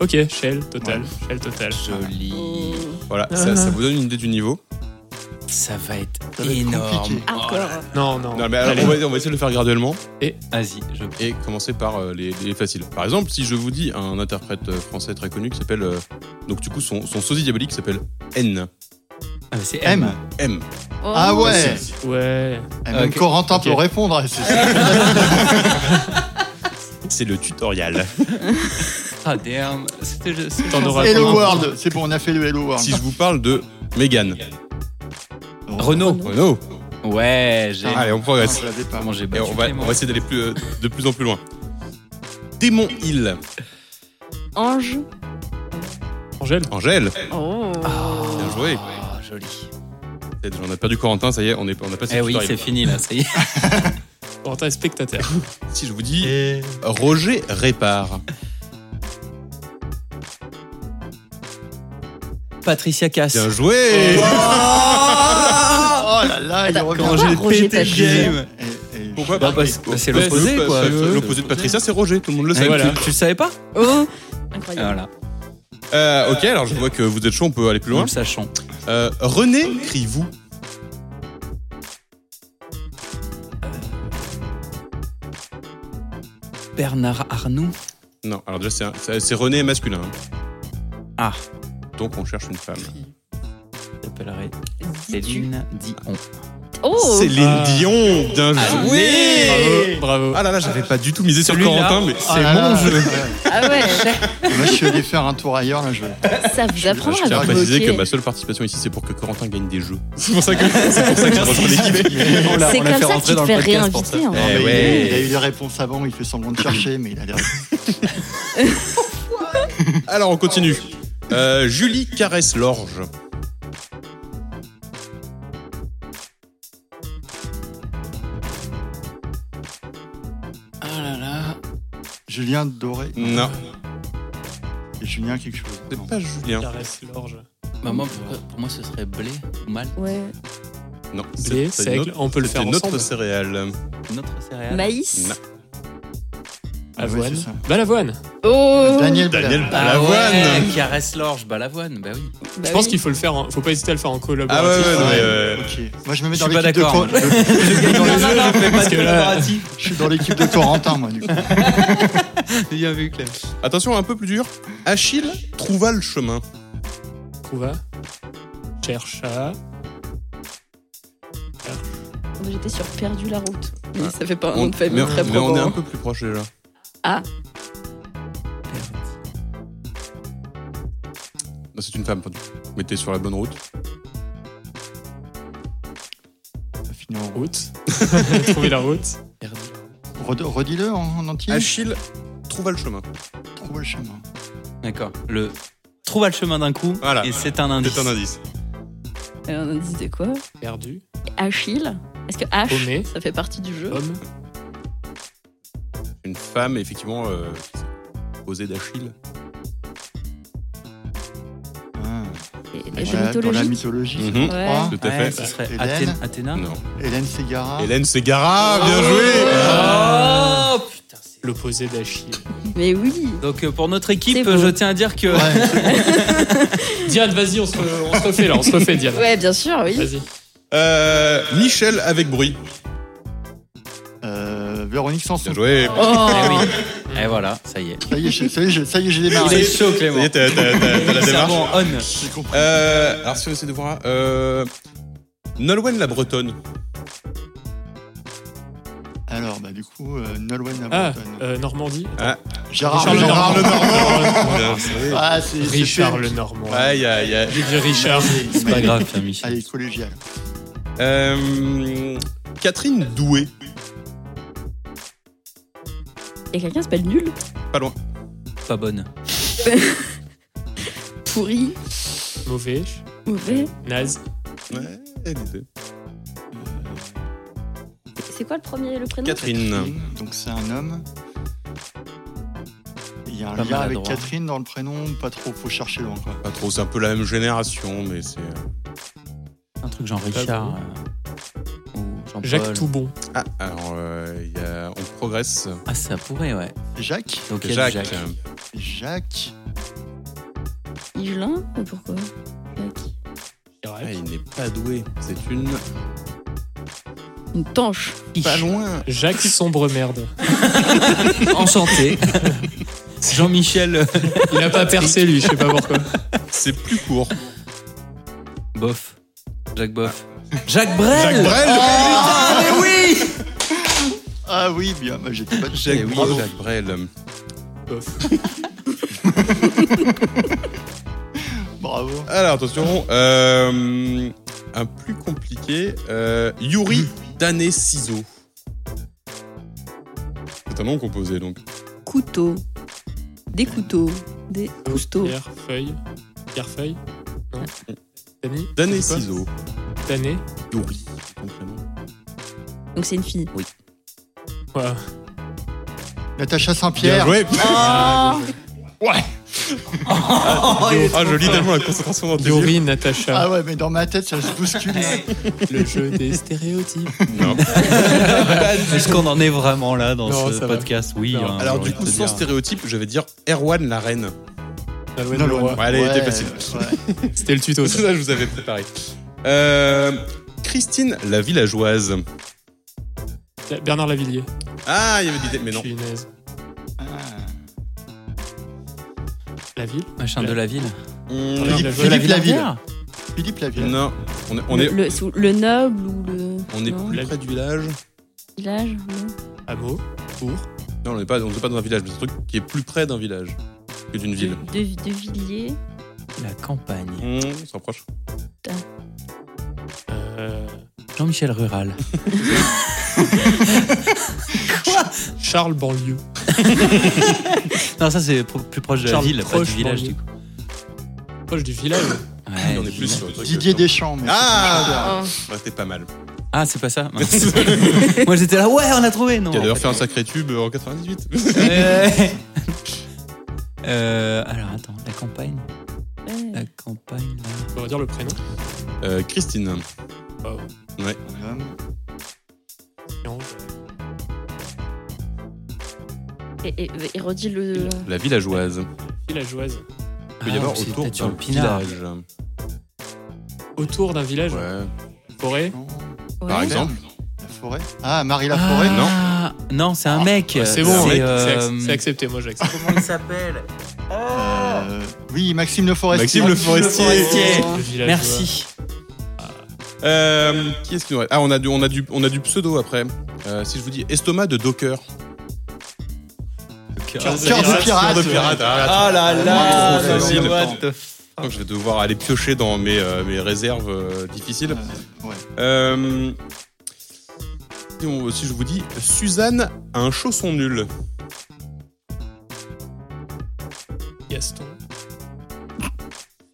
[SPEAKER 5] Ok, Shell, total. Shell, total.
[SPEAKER 4] Oh.
[SPEAKER 1] Joli.
[SPEAKER 2] Voilà,
[SPEAKER 5] Ah.
[SPEAKER 2] ça, ça vous donne une idée du niveau.
[SPEAKER 1] Ça va être
[SPEAKER 3] Ça va être
[SPEAKER 1] énorme.
[SPEAKER 3] compliqué.
[SPEAKER 4] Ah, Hardcore.
[SPEAKER 5] Non, non.
[SPEAKER 2] Non, mais alors,
[SPEAKER 5] Allez.
[SPEAKER 2] on, va, on va essayer de le faire graduellement.
[SPEAKER 1] Ah, Vas-y, je
[SPEAKER 2] et commencer par euh, les, les faciles. Par exemple, si je vous dis un interprète euh, français très connu qui s'appelle. euh, donc, du coup, son, son sosie diabolique s'appelle N.
[SPEAKER 1] Ah, mais c'est M.
[SPEAKER 3] M.
[SPEAKER 2] M.
[SPEAKER 4] Oh.
[SPEAKER 3] Ah ouais.
[SPEAKER 5] Ouais.
[SPEAKER 3] Et Même
[SPEAKER 1] Ok.
[SPEAKER 3] Corentin peut
[SPEAKER 5] Ok.
[SPEAKER 3] répondre. hein, à ces-
[SPEAKER 2] C'est le tutoriel.
[SPEAKER 1] Ah, damn. C'était le-
[SPEAKER 5] T'en auras
[SPEAKER 3] Hello
[SPEAKER 5] combien
[SPEAKER 3] World. C'est bon, on a fait le Hello World. Oh,
[SPEAKER 2] si je vous parle de Megan.
[SPEAKER 1] Renault.
[SPEAKER 2] Renault.
[SPEAKER 1] Ouais, j'ai.
[SPEAKER 2] Allez, on
[SPEAKER 3] Non,
[SPEAKER 2] progresse.
[SPEAKER 3] je l'avais pas.
[SPEAKER 1] Comment j'ai
[SPEAKER 2] Ah, Et
[SPEAKER 1] battu
[SPEAKER 2] on va,
[SPEAKER 1] Clément.
[SPEAKER 2] on va essayer d'aller plus, euh, de plus en plus loin. Démon Hill.
[SPEAKER 4] Ange.
[SPEAKER 5] Angèle.
[SPEAKER 2] Angèle.
[SPEAKER 4] Oh.
[SPEAKER 2] Bien joué.
[SPEAKER 1] Ah, joli.
[SPEAKER 2] Peut-être, On a perdu Corentin, ça y est, on, est, on a passé
[SPEAKER 1] Eh
[SPEAKER 2] le
[SPEAKER 1] oui, c'est
[SPEAKER 2] tutoriel.
[SPEAKER 1] fini là, ça y est.
[SPEAKER 5] Corentin est spectateur.
[SPEAKER 2] Si je vous dis Roger Répare.
[SPEAKER 1] Patricia Cass.
[SPEAKER 2] Bien joué.
[SPEAKER 3] Oh là là, il revient.
[SPEAKER 1] Comment j'ai
[SPEAKER 4] Roger
[SPEAKER 1] pété le
[SPEAKER 4] Patricia.
[SPEAKER 1] game.
[SPEAKER 3] Et- et-
[SPEAKER 2] Pourquoi
[SPEAKER 1] Bah, parce- bah, c'est l'opposé,
[SPEAKER 2] Parce-
[SPEAKER 1] quoi. Euh,
[SPEAKER 2] parce- L'opposé de Patricia, c'est Roger, tout le monde le
[SPEAKER 1] Eh,
[SPEAKER 2] sait.
[SPEAKER 5] voilà.
[SPEAKER 1] tu, tu le savais pas
[SPEAKER 4] Oh. Incroyable.
[SPEAKER 1] Voilà,
[SPEAKER 2] Euh, ok, alors je vois que vous êtes chaud, on peut aller plus
[SPEAKER 1] nous
[SPEAKER 2] loin.
[SPEAKER 1] le sachons.
[SPEAKER 2] Euh, René Crivou.
[SPEAKER 1] Bernard Arnoux.
[SPEAKER 2] Non, alors déjà c'est un- c'est c'est René masculin. hein.
[SPEAKER 1] Ah.
[SPEAKER 2] Donc on cherche une femme.
[SPEAKER 1] J'appellerai Céline Dion.
[SPEAKER 4] Oh.
[SPEAKER 2] Céline
[SPEAKER 5] Ah.
[SPEAKER 2] Dion, bien joué.
[SPEAKER 5] Bravo. Bravo.
[SPEAKER 2] Ah là là, j'avais pas du tout misé sur
[SPEAKER 1] Celui-là.
[SPEAKER 2] Corentin, mais
[SPEAKER 3] Ah là là, ouais.
[SPEAKER 4] Ah ouais. d'ac-
[SPEAKER 3] Moi, je suis allé faire un tour ailleurs. Là, je...
[SPEAKER 4] Ça vous apprend
[SPEAKER 2] je tiens
[SPEAKER 4] à
[SPEAKER 2] à préciser que
[SPEAKER 4] bloquer.
[SPEAKER 2] ma seule participation ici, c'est pour que Corentin gagne des jeux. Ah, C'est pour ça que c'est pour ça que je rejoins l'équipe.
[SPEAKER 4] C'est comme ça que tu te fais réinviter. hein.
[SPEAKER 3] Non,
[SPEAKER 1] Eh Ah
[SPEAKER 3] mais il,
[SPEAKER 2] ouais.
[SPEAKER 3] il a eu les réponses avant, il fait semblant de chercher, mais il a les réponses.
[SPEAKER 2] Alors on continue. Euh, Julie caresse l'orge.
[SPEAKER 1] Ah là là.
[SPEAKER 3] Julien Doré.
[SPEAKER 2] Non,
[SPEAKER 3] Et Julien quelque chose.
[SPEAKER 2] Mm. c'est
[SPEAKER 3] Non.
[SPEAKER 2] pas Julien.
[SPEAKER 5] Caresse l'orge.
[SPEAKER 1] Bah, moi, pour, pour moi, ce serait blé ou mal.
[SPEAKER 4] Ouais.
[SPEAKER 2] Non,
[SPEAKER 5] Blé,
[SPEAKER 2] c'est
[SPEAKER 5] seigle,
[SPEAKER 2] notre-
[SPEAKER 5] on peut le faire
[SPEAKER 2] c'est notre
[SPEAKER 1] Ah.
[SPEAKER 5] ensemble.
[SPEAKER 2] céréale.
[SPEAKER 1] Notre céréale.
[SPEAKER 4] Maïs.
[SPEAKER 2] Non.
[SPEAKER 5] Avoine.
[SPEAKER 3] c'est ça.
[SPEAKER 5] Balavoine.
[SPEAKER 4] Oh
[SPEAKER 3] Daniel,
[SPEAKER 2] Daniel
[SPEAKER 1] Bah
[SPEAKER 3] Balavoine.
[SPEAKER 2] Balavoine
[SPEAKER 1] Ah ouais, Caresse l'orge, balavoine, bah oui.
[SPEAKER 5] Je pense qu'il faut le faire. en- Faut pas hésiter à le faire en
[SPEAKER 2] Ah ouais,
[SPEAKER 5] collaboratif.
[SPEAKER 2] ouais, non, mais, euh,
[SPEAKER 3] Ok. Moi, je me mets
[SPEAKER 1] Je
[SPEAKER 3] dans
[SPEAKER 1] suis pas
[SPEAKER 3] l'équipe de
[SPEAKER 1] d'accord,
[SPEAKER 3] Cor-
[SPEAKER 1] moi.
[SPEAKER 3] je-
[SPEAKER 1] Non, non, non, fais pas de
[SPEAKER 5] que là-
[SPEAKER 1] collaboratif.
[SPEAKER 3] je suis dans l'équipe de Corentin, moi, du coup.
[SPEAKER 1] Bien hein, vu, Clem.
[SPEAKER 2] Attention, un peu plus dur. Achille trouva le chemin.
[SPEAKER 5] Trouva. Cherche à.
[SPEAKER 4] Oh, J'étais sur Perdu la route. Mais
[SPEAKER 2] Ouais.
[SPEAKER 4] ça fait pas un
[SPEAKER 2] Ah. On-
[SPEAKER 4] nom de famille
[SPEAKER 2] mais,
[SPEAKER 4] très
[SPEAKER 2] mais on est un
[SPEAKER 4] probant.
[SPEAKER 2] peu plus proche déjà.
[SPEAKER 4] Ah.
[SPEAKER 2] Non, Bah, C'est une femme, pardon. Mais t'es sur la bonne route.
[SPEAKER 3] Ça finit en route.
[SPEAKER 5] Route. Trouver la route.
[SPEAKER 3] Red- Redis-le en, en entier.
[SPEAKER 2] Achille trouva le chemin.
[SPEAKER 3] Trouve le chemin.
[SPEAKER 1] D'accord. Le trouva le chemin d'un coup
[SPEAKER 2] Voilà.
[SPEAKER 1] et c'est un indice.
[SPEAKER 2] C'est un indice.
[SPEAKER 4] Et on indice de quoi
[SPEAKER 5] Perdu.
[SPEAKER 4] Achille Est-ce que H,
[SPEAKER 5] Paumé.
[SPEAKER 4] ça fait partie du jeu
[SPEAKER 5] Homme.
[SPEAKER 2] Une femme, effectivement, euh, qui s'est posée d'Achille.
[SPEAKER 3] Ah.
[SPEAKER 4] Et
[SPEAKER 3] Ouais,
[SPEAKER 4] les jeux
[SPEAKER 3] dans la
[SPEAKER 4] mythologiques
[SPEAKER 3] mythologie. c'est
[SPEAKER 2] Mhm.
[SPEAKER 4] Ouais.
[SPEAKER 3] trois.
[SPEAKER 2] Tout à
[SPEAKER 1] Ouais,
[SPEAKER 2] fait.
[SPEAKER 1] ce serait
[SPEAKER 3] Hélène.
[SPEAKER 1] Athé- Athéna.
[SPEAKER 2] Non.
[SPEAKER 3] Hélène Ségara.
[SPEAKER 2] Hélène Ségara, bien Ah.
[SPEAKER 1] Oh, putain, c'est-
[SPEAKER 5] L'opposé d'Achille.
[SPEAKER 4] Mais oui
[SPEAKER 1] Donc euh, pour notre équipe,
[SPEAKER 4] C'est beau.
[SPEAKER 1] je tiens à dire que
[SPEAKER 3] Ouais,
[SPEAKER 5] Diane, vas-y, on se, on se refait là. On se refait, Diane.
[SPEAKER 4] Ouais, bien sûr, oui.
[SPEAKER 5] Vas-y.
[SPEAKER 2] joué Euh, Michel avec bruit.
[SPEAKER 3] euh, Véronique Sanson.
[SPEAKER 2] Bien joué.
[SPEAKER 4] Oh
[SPEAKER 1] Eh oui. Et voilà, ça y est.
[SPEAKER 3] Ça y est, j'ai- ça y est, j'ai- ça y est, j'ai
[SPEAKER 2] Ah,
[SPEAKER 1] Il
[SPEAKER 3] démarré.
[SPEAKER 1] est chaud, Clément.
[SPEAKER 2] Ça y est, t'as t'as- t'as- t'as la
[SPEAKER 1] C'est
[SPEAKER 2] démarche.
[SPEAKER 1] bon, on.
[SPEAKER 3] J'ai compris.
[SPEAKER 2] Euh, alors si on essaie de voir, euh, Nolwenn la Bretonne.
[SPEAKER 3] Alors, bah, du coup, euh, Nolwenn
[SPEAKER 5] Ah,
[SPEAKER 3] Hamilton.
[SPEAKER 5] euh, Normandie.
[SPEAKER 3] Gérard,
[SPEAKER 5] Richard
[SPEAKER 3] Gérard
[SPEAKER 5] Lenormand.
[SPEAKER 2] Bien joué.
[SPEAKER 3] Ah, c'est c'est
[SPEAKER 5] Richard
[SPEAKER 3] fait.
[SPEAKER 5] le Normand.
[SPEAKER 2] Ouais, y a- y a-
[SPEAKER 5] J'ai dit Richard.
[SPEAKER 1] C'est pas grave, ça, Michel.
[SPEAKER 3] Allez, collégial.
[SPEAKER 2] Euh, Catherine Doué,
[SPEAKER 4] Et quelqu'un s'appelle nul
[SPEAKER 2] pas loin.
[SPEAKER 1] Pas bonne.
[SPEAKER 4] Pourri
[SPEAKER 5] Mauvais.
[SPEAKER 4] Mauvais
[SPEAKER 5] Naze.
[SPEAKER 2] Ouais, elle était.
[SPEAKER 4] C'est quoi le premier, le prénom
[SPEAKER 2] Catherine.
[SPEAKER 3] Donc, c'est un homme. Il y a un
[SPEAKER 1] Pas
[SPEAKER 3] lien avec
[SPEAKER 1] maladroit.
[SPEAKER 3] Catherine dans le prénom, pas trop, faut chercher loin quoi.
[SPEAKER 2] Pas trop, c'est un peu la même génération, mais c'est. euh,
[SPEAKER 1] Un truc genre
[SPEAKER 5] Pas
[SPEAKER 1] Richard. euh, ou Jean-Paul.
[SPEAKER 5] Jacques Toubon.
[SPEAKER 2] Ah, alors, euh, y a- on progresse.
[SPEAKER 1] Ah, ça pourrait, ouais.
[SPEAKER 3] Jacques
[SPEAKER 1] Donc il y a
[SPEAKER 2] Jacques.
[SPEAKER 1] du Jacques.
[SPEAKER 2] euh,
[SPEAKER 3] Jacques
[SPEAKER 4] Yvelin Ou pourquoi Jacques.
[SPEAKER 2] ah, il n'est pas doué. C'est une.
[SPEAKER 4] Une tanche
[SPEAKER 2] Pas loin.
[SPEAKER 5] Jacques Sombre Merde.
[SPEAKER 1] Enchanté. Jean-Michel euh,
[SPEAKER 5] Il a pas percé, lui, je sais pas pourquoi.
[SPEAKER 2] C'est plus court.
[SPEAKER 1] Boff. Jacques Boff. Jacques Brel
[SPEAKER 2] Jacques Brel.
[SPEAKER 1] Ah, mais oui
[SPEAKER 3] Ah oui, bien, bah, j'étais pas
[SPEAKER 2] Jacques,
[SPEAKER 3] Eh oui,
[SPEAKER 2] Brel.
[SPEAKER 3] Jacques.
[SPEAKER 2] Jacques Brel.
[SPEAKER 5] Bof.
[SPEAKER 3] Bravo.
[SPEAKER 2] Alors, attention. euh, un plus compliqué. euh, Yuri Dané Ciseaux. C'est un nom composé, donc.
[SPEAKER 4] Couteau Des couteaux Des couteaux
[SPEAKER 5] Pierre Feuille. Pierre Feuille. Non. Dany.
[SPEAKER 2] Dané
[SPEAKER 5] C'est quoi
[SPEAKER 2] Ciseaux.
[SPEAKER 5] Dané.
[SPEAKER 2] Yuri. c'est ton prénom.
[SPEAKER 4] Donc c'est une fille.
[SPEAKER 5] Ouais.
[SPEAKER 3] Natacha
[SPEAKER 2] Bien
[SPEAKER 3] Saint-Pierre.
[SPEAKER 2] joué.
[SPEAKER 5] Ah,
[SPEAKER 2] Oh, Ah, je lis tellement la concentration dans tes yeux.
[SPEAKER 5] Yuri Natacha.
[SPEAKER 3] Ah ouais, mais dans ma tête, ça se bouscule.
[SPEAKER 5] Le jeu des stéréotypes.
[SPEAKER 2] Non.
[SPEAKER 1] Est-ce qu'on en est vraiment là dans
[SPEAKER 5] Non,
[SPEAKER 1] ce
[SPEAKER 5] ça va.
[SPEAKER 1] podcast Oui.
[SPEAKER 5] Non.
[SPEAKER 1] hein,
[SPEAKER 2] Alors
[SPEAKER 1] j'ai
[SPEAKER 2] du
[SPEAKER 1] envie
[SPEAKER 2] coup,
[SPEAKER 1] de te
[SPEAKER 2] sans
[SPEAKER 1] dire.
[SPEAKER 2] stéréotype, je vais dire Erwan la reine.
[SPEAKER 5] Nolwenn
[SPEAKER 3] Non,
[SPEAKER 5] Leroy.
[SPEAKER 2] Ouais, elle était
[SPEAKER 3] Ouais,
[SPEAKER 2] facile.
[SPEAKER 3] ouais.
[SPEAKER 5] C'était le tuto, ça.
[SPEAKER 2] Ça, je vous avais préparé. Euh, Christine la villageoise.
[SPEAKER 5] Bernard Lavillier.
[SPEAKER 2] Ah, il y avait des... Mais non.
[SPEAKER 5] Punaise.
[SPEAKER 3] Ah.
[SPEAKER 5] La ville.
[SPEAKER 1] Machin de la ville.
[SPEAKER 2] Mmh,
[SPEAKER 5] Philippe-
[SPEAKER 3] Philippe Philippe Laville.
[SPEAKER 1] Laville.
[SPEAKER 3] Philippe Laville.
[SPEAKER 2] Non. On est, on est,
[SPEAKER 4] le, sous- le noble ou le
[SPEAKER 2] on est
[SPEAKER 4] non,
[SPEAKER 2] plus près du village.
[SPEAKER 4] village non.
[SPEAKER 5] Hameau. Bourg.
[SPEAKER 2] Non, on n'est pas, on est pas dans un village, mais c'est un truc qui est plus près d'un village que d'une ville.
[SPEAKER 4] De, de, de Villiers.
[SPEAKER 1] La campagne.
[SPEAKER 2] Mmh, on se rapproche.
[SPEAKER 5] Euh,
[SPEAKER 1] Jean-Michel Rural.
[SPEAKER 2] Mm.
[SPEAKER 5] Charles Banlieue.
[SPEAKER 1] Non, ça c'est pro- plus proche de la
[SPEAKER 5] Charles
[SPEAKER 1] ville, pas
[SPEAKER 5] Proche,
[SPEAKER 1] du village
[SPEAKER 5] banlieue.
[SPEAKER 1] du coup.
[SPEAKER 5] Proche du village.
[SPEAKER 1] Ouais,
[SPEAKER 2] on est plus
[SPEAKER 1] ville.
[SPEAKER 2] sur le truc. euh,
[SPEAKER 3] Didier Deschamps. mais
[SPEAKER 2] Ah
[SPEAKER 4] Oh.
[SPEAKER 2] Ouais, C'était pas mal.
[SPEAKER 1] Ah, c'est pas ça Moi j'étais là, ouais, on a trouvé, non
[SPEAKER 2] Qui a
[SPEAKER 1] en
[SPEAKER 2] d'ailleurs
[SPEAKER 1] fait.
[SPEAKER 2] fait un sacré tube en 98.
[SPEAKER 1] Ouais. Euh, alors attends, la campagne,
[SPEAKER 4] Ouais.
[SPEAKER 1] la campagne. là.
[SPEAKER 5] On va dire le prénom. Euh,
[SPEAKER 2] Euh, Christine.
[SPEAKER 3] c'est un homme.
[SPEAKER 5] Non,
[SPEAKER 4] Et, et- et redis le.
[SPEAKER 2] La villageoise.
[SPEAKER 5] Villageoise.
[SPEAKER 2] Il peut y
[SPEAKER 1] Ah,
[SPEAKER 2] avoir
[SPEAKER 1] c'est
[SPEAKER 2] autour
[SPEAKER 1] peut-être sur
[SPEAKER 2] d'un
[SPEAKER 1] le pinard.
[SPEAKER 2] village.
[SPEAKER 5] Autour d'un village,
[SPEAKER 2] Ouais.
[SPEAKER 5] forêt.
[SPEAKER 2] Par
[SPEAKER 4] Ouais.
[SPEAKER 2] exemple.
[SPEAKER 3] La forêt Ah, Marie la forêt
[SPEAKER 1] Ah, Non, c'est un mec.
[SPEAKER 2] Ah,
[SPEAKER 5] C'est bon, c'est
[SPEAKER 1] euh,
[SPEAKER 5] ac- c'est accepté, moi j'accepte.
[SPEAKER 1] Comment il s'appelle
[SPEAKER 8] Oh,
[SPEAKER 3] Euh, Oui, Maxime Le Forestier.
[SPEAKER 2] Maxime le forestier.
[SPEAKER 1] Forestier.
[SPEAKER 5] Le villageois.
[SPEAKER 1] Merci.
[SPEAKER 2] Euh, qui est-ce qui nous reste Ah, on a du, on a du, on a du pseudo après. Euh, si je vous dis estomac de docker.
[SPEAKER 3] Cœur de pirate.
[SPEAKER 2] Cœur de pirate. Ah, là,
[SPEAKER 1] Ah là
[SPEAKER 3] là,
[SPEAKER 2] Trop facile.
[SPEAKER 3] mais
[SPEAKER 1] what
[SPEAKER 3] what
[SPEAKER 1] the
[SPEAKER 2] Donc, je vais devoir aller piocher dans mes, euh, mes réserves euh, difficiles.
[SPEAKER 3] Euh, ouais.
[SPEAKER 2] Euh, si, on- si je vous dis Suzanne a un chausson nul.
[SPEAKER 5] Gaston.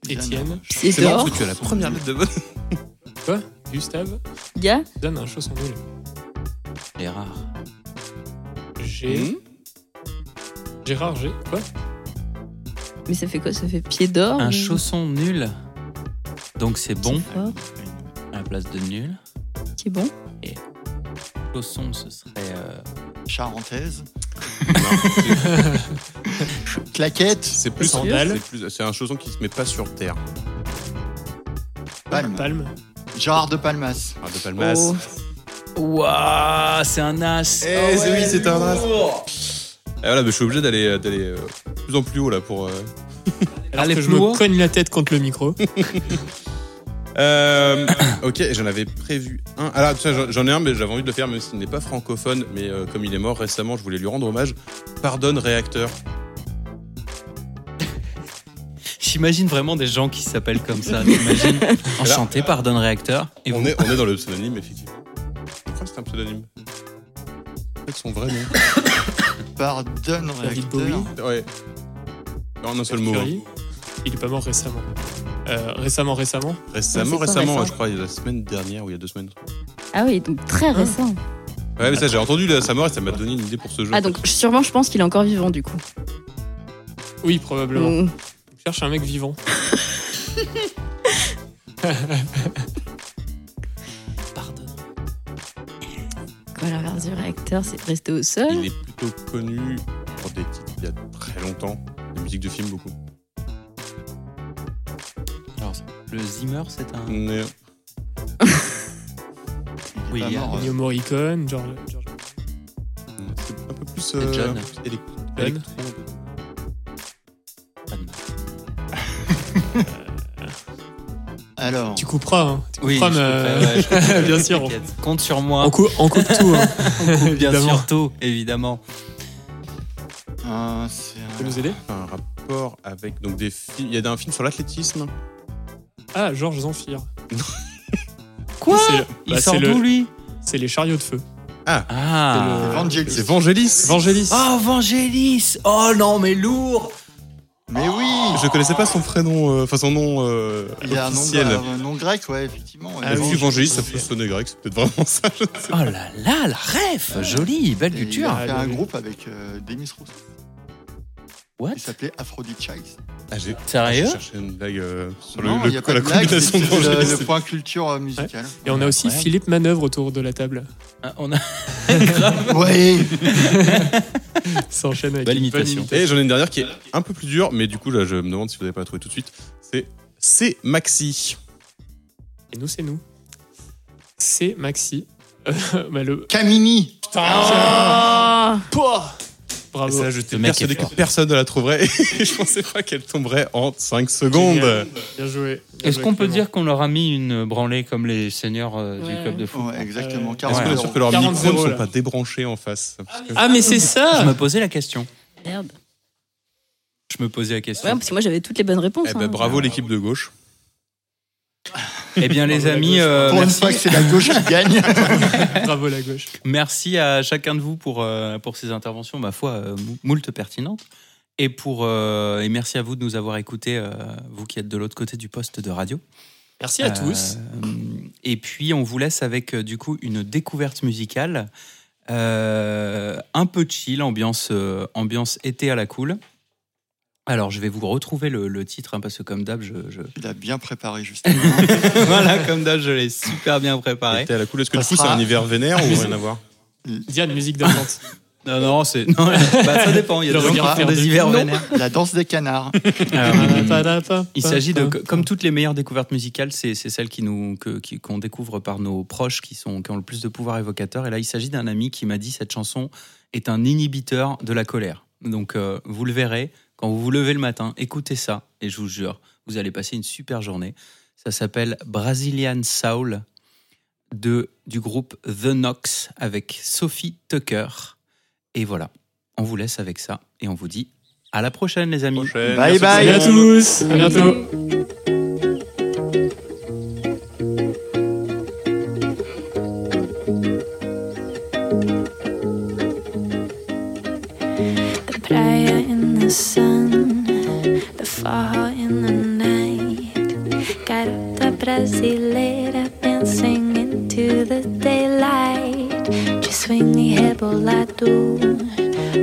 [SPEAKER 5] Étienne.
[SPEAKER 4] C'est
[SPEAKER 2] C'est marrant
[SPEAKER 4] dehors.
[SPEAKER 2] parce que tu as la première lettre de votre.
[SPEAKER 5] Gustave.
[SPEAKER 4] Il y a
[SPEAKER 5] Donne un chausson nul.
[SPEAKER 1] Les rares.
[SPEAKER 5] G.
[SPEAKER 1] Hmm.
[SPEAKER 5] Gérard G. Quoi
[SPEAKER 4] Mais ça fait quoi Ça fait pied d'or
[SPEAKER 1] Un
[SPEAKER 4] ou-
[SPEAKER 1] chausson nul. Donc c'est bon
[SPEAKER 4] C'est fort,
[SPEAKER 1] à la place de nul.
[SPEAKER 4] Qui est bon
[SPEAKER 1] Chausson, ce serait. euh,
[SPEAKER 3] Charentaise. Claquette.
[SPEAKER 2] C'est plus,
[SPEAKER 5] Sandales.
[SPEAKER 2] c'est plus- c'est un chausson qui se met pas sur terre.
[SPEAKER 3] Palme.
[SPEAKER 5] Palme.
[SPEAKER 3] Gérard de Palmas.
[SPEAKER 2] Ah, de Palmas.
[SPEAKER 4] Oh. Ah
[SPEAKER 1] Ouah, c'est un as.
[SPEAKER 2] Eh, c'est- oui, c'est un as. Ah, voilà, mais je suis obligé d'aller d'aller, euh, de plus en plus haut là pour. euh,
[SPEAKER 5] Alors
[SPEAKER 1] les
[SPEAKER 5] que je me
[SPEAKER 1] plots.
[SPEAKER 5] cogne la tête contre le micro.
[SPEAKER 2] Euh, ok, j'en avais prévu un. Ah là, tiens, j'en- j'en ai un, mais j'avais envie de le faire, même s'il n'est pas francophone. Mais euh, comme il est mort récemment, je voulais lui rendre hommage. Pardonne, réacteur.
[SPEAKER 1] J'imagine vraiment des gens qui s'appellent comme ça. J'imagine. Enchanté, pardonne réacteur. Et
[SPEAKER 2] on,
[SPEAKER 1] vous
[SPEAKER 2] est, on est dans le pseudonyme, effectivement. Je crois que c'est un pseudonyme. Peut-être son vrai nom.
[SPEAKER 3] Pardonne,
[SPEAKER 5] David
[SPEAKER 3] réacteur.
[SPEAKER 5] Bowie.
[SPEAKER 2] Ouais. En un seul mot. hein.
[SPEAKER 5] Fury. Il est pas mort récemment. Euh, récemment, récemment.
[SPEAKER 2] Récemment,
[SPEAKER 4] Ouais, c'est pas
[SPEAKER 2] récemment,
[SPEAKER 4] récent.
[SPEAKER 2] je crois, il y a la semaine dernière ou il y a deux semaines.
[SPEAKER 4] Ah oui, donc très récent.
[SPEAKER 2] Ouais, mais ça, j'ai entendu la- sa mort et ça m'a donné une idée pour ce jeu.
[SPEAKER 4] Ah donc sûrement je pense qu'il est encore vivant du coup.
[SPEAKER 5] Oui, probablement.
[SPEAKER 1] Hmm.
[SPEAKER 4] Mm.
[SPEAKER 5] Je Cherche un mec vivant.
[SPEAKER 1] pardonne.
[SPEAKER 4] Quoi la valeur du réacteur, c'est de rester au sol.
[SPEAKER 2] Il est plutôt connu pour des titres il y a très longtemps. Des musiques de films, beaucoup.
[SPEAKER 1] Alors, le Zimmer, c'est un.
[SPEAKER 2] Mais-
[SPEAKER 1] Oui,
[SPEAKER 3] Pas
[SPEAKER 1] il y a-
[SPEAKER 3] mort.
[SPEAKER 5] Ennio Morricone, George. George-
[SPEAKER 2] C'est un peu plus.
[SPEAKER 1] C'est John.
[SPEAKER 2] plus élec-
[SPEAKER 5] John.
[SPEAKER 2] électro.
[SPEAKER 3] Alors,
[SPEAKER 5] Tu couperas, hein. Tu couperas,
[SPEAKER 1] je
[SPEAKER 5] mais,
[SPEAKER 1] couperai, ouais, je
[SPEAKER 5] euh,
[SPEAKER 1] couperai,
[SPEAKER 5] bien sûr. on-
[SPEAKER 1] t'inquiète. Compte sur moi.
[SPEAKER 5] On, cou- on coupe tout, hein.
[SPEAKER 1] bien
[SPEAKER 5] évidemment.
[SPEAKER 1] sûr, tôt, évidemment.
[SPEAKER 3] euh, c'est
[SPEAKER 5] Tu peux
[SPEAKER 3] un-
[SPEAKER 5] nous aider
[SPEAKER 2] un rapport avec donc des films. Il y a un film sur l'athlétisme.
[SPEAKER 5] Ah, Georges Zamphir.
[SPEAKER 1] Quoi
[SPEAKER 5] C'est le-
[SPEAKER 1] Il
[SPEAKER 5] bah,
[SPEAKER 1] sort
[SPEAKER 5] c'est le-
[SPEAKER 1] d'où, lui
[SPEAKER 5] C'est les chariots de feu.
[SPEAKER 1] Ah.
[SPEAKER 5] C'est Ah.
[SPEAKER 3] Vangelis.
[SPEAKER 2] C'est Vangelis.
[SPEAKER 5] Vangelis.
[SPEAKER 1] Oh, Vangelis Oh non, mais lourd
[SPEAKER 3] Mais oui
[SPEAKER 2] Je connaissais pas son prénom, euh, enfin son nom euh,
[SPEAKER 3] Il y a un nom,
[SPEAKER 2] officiel.
[SPEAKER 3] un nom grec, ouais, effectivement.
[SPEAKER 5] Ah
[SPEAKER 2] Et
[SPEAKER 3] Et
[SPEAKER 5] oui.
[SPEAKER 2] puis Vangelis, ça peut sonner grec, c'est peut-être vraiment ça. je sais
[SPEAKER 1] Oh là là, la ref Jolie, belle
[SPEAKER 3] Il
[SPEAKER 1] culture
[SPEAKER 3] a fait
[SPEAKER 5] Ah,
[SPEAKER 3] un
[SPEAKER 5] oui.
[SPEAKER 3] groupe avec euh, Demis Roussos.
[SPEAKER 1] What
[SPEAKER 3] Il s'appelait Aphrodite Childs.
[SPEAKER 2] pas. j'ai
[SPEAKER 1] Ah, Sérieux
[SPEAKER 2] cherché une blague euh, sur le,
[SPEAKER 3] Non,
[SPEAKER 2] le-
[SPEAKER 3] il y a pas
[SPEAKER 2] la
[SPEAKER 3] de blague,
[SPEAKER 2] combinaison de
[SPEAKER 3] c'est le-
[SPEAKER 2] Vangelis.
[SPEAKER 3] le point culture euh, musicale.
[SPEAKER 5] Et on a aussi
[SPEAKER 1] Incroyable.
[SPEAKER 5] Philippe Manœuvre autour de la table.
[SPEAKER 1] Ah, On a
[SPEAKER 3] Ouais.
[SPEAKER 5] Ça enchaîne avec
[SPEAKER 1] Belle
[SPEAKER 5] une bonne
[SPEAKER 1] imitation.
[SPEAKER 5] imitation.
[SPEAKER 2] Et j'en ai une dernière qui est un peu plus dure, mais du coup là, je me demande si vous n'avez pas la trouvé tout de suite. C'est C Maxi.
[SPEAKER 5] Et nous, c'est nous. C'est Maxi. Euh, bah, le...
[SPEAKER 3] Camini.
[SPEAKER 4] Oh
[SPEAKER 5] Pouah
[SPEAKER 2] Et
[SPEAKER 5] Bravo.
[SPEAKER 2] ça, j'étais
[SPEAKER 1] Le mec est
[SPEAKER 2] persuadé que
[SPEAKER 1] fort.
[SPEAKER 2] personne ne la trouverait. Et je pensais pas qu'elle tomberait en 5 secondes.
[SPEAKER 5] Bien joué. Bien
[SPEAKER 1] Est-ce
[SPEAKER 5] joué,
[SPEAKER 1] qu'on peut
[SPEAKER 5] Clément.
[SPEAKER 1] dire qu'on leur a mis une branlée comme les seigneurs euh, du
[SPEAKER 4] Ouais.
[SPEAKER 1] club de foot
[SPEAKER 3] Ouais, exactement.
[SPEAKER 5] Euh,
[SPEAKER 2] Est-ce
[SPEAKER 3] 40
[SPEAKER 2] qu'on est
[SPEAKER 3] euros.
[SPEAKER 2] sûr que leurs
[SPEAKER 5] 40
[SPEAKER 2] micros ne
[SPEAKER 5] euros,
[SPEAKER 2] sont
[SPEAKER 5] là.
[SPEAKER 2] pas débranchés en face Parce que-
[SPEAKER 5] Ah, mais
[SPEAKER 1] Je
[SPEAKER 5] c'est ça
[SPEAKER 1] me posais la question.
[SPEAKER 4] merde.
[SPEAKER 1] Je me posais la
[SPEAKER 4] Ouais,
[SPEAKER 1] question.
[SPEAKER 4] parce que moi j'avais toutes les bonnes réponses.
[SPEAKER 2] Eh ben,
[SPEAKER 4] hein.
[SPEAKER 2] bravo l'équipe de gauche.
[SPEAKER 1] Eh bien, les amis, euh,
[SPEAKER 3] Pour une
[SPEAKER 1] merci,
[SPEAKER 3] fois que c'est la gauche qui gagne.
[SPEAKER 5] Bravo la gauche.
[SPEAKER 1] merci à chacun de vous pour, euh, pour ces interventions, ma foi, euh, mou- moult pertinentes. Et, pour, euh, et merci à vous de nous avoir écoutés, euh, vous qui êtes de l'autre côté du poste de radio.
[SPEAKER 5] Merci à tous.
[SPEAKER 1] Euh, Et puis, on vous laisse avec euh, du coup une découverte musicale, euh, un peu chill, ambiance, euh, ambiance été à la cool. Alors, je vais vous retrouver le, le titre, hein, parce que comme d'hab, je, je-
[SPEAKER 3] Il a bien préparé, justement.
[SPEAKER 1] voilà, comme d'hab, je l'ai super bien préparé.
[SPEAKER 2] C'était à la cool. Est-ce que
[SPEAKER 3] Ça
[SPEAKER 2] du coup, c'est
[SPEAKER 3] sera-
[SPEAKER 2] un hiver vénère ou
[SPEAKER 3] Ah, mais
[SPEAKER 2] rien à voir
[SPEAKER 5] Diane, musique d'attente.
[SPEAKER 2] Non, non, c'est.
[SPEAKER 1] Non, bah, ça dépend. Il y a
[SPEAKER 5] Le
[SPEAKER 1] des gens qui
[SPEAKER 5] regard
[SPEAKER 1] font des
[SPEAKER 5] perdu.
[SPEAKER 1] hivers
[SPEAKER 3] Non.
[SPEAKER 1] vénères.
[SPEAKER 3] La danse des canards.
[SPEAKER 1] Euh, Il
[SPEAKER 5] Il
[SPEAKER 1] s'agit de, comme toutes les meilleures découvertes musicales, c'est c'est celles qui nous que- qui- qu'on découvre par nos proches qui sont qui ont le plus de pouvoir évocateur. Et là, il s'agit d'un ami qui m'a dit cette chanson est un inhibiteur de la colère. Donc euh, vous le verrez quand vous vous levez le matin, écoutez ça et je vous jure, vous allez passer une super journée. Ça s'appelle Brazilian Soul de du groupe The Knox avec Sophie Tucker. Et voilà, on vous laisse avec ça et on vous dit à la prochaine les amis.
[SPEAKER 2] Prochaine.
[SPEAKER 3] Bye
[SPEAKER 2] Merci
[SPEAKER 5] Salut
[SPEAKER 3] bye.
[SPEAKER 5] à tous. À bientôt.
[SPEAKER 11] The prayer in the sun, the fall in the night. Garota brasileira dancing into the daylight. Just swingy rebolado.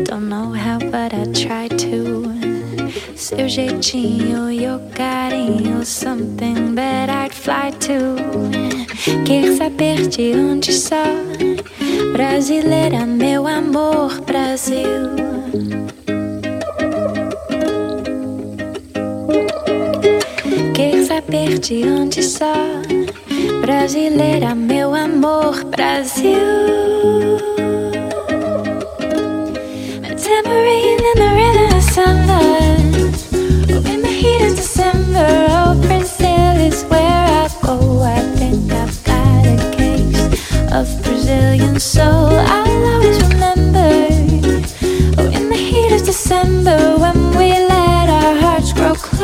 [SPEAKER 11] Don't know how, but I try to. Seu jeitinho e o carinho, something that I'd fly to. Quer saber de onde sou? Brasileira, meu amor, Brasil. Quer saber de onde sou? Brasileira, meu amor, Brasil. A tambourine in the rhythm of sunrise. Oh, in the heat of December, oh, Brazil is where I go. I think I've got a case of Brazilian soul. I'll always remember. Oh, in the heat of December, when we let our hearts grow close.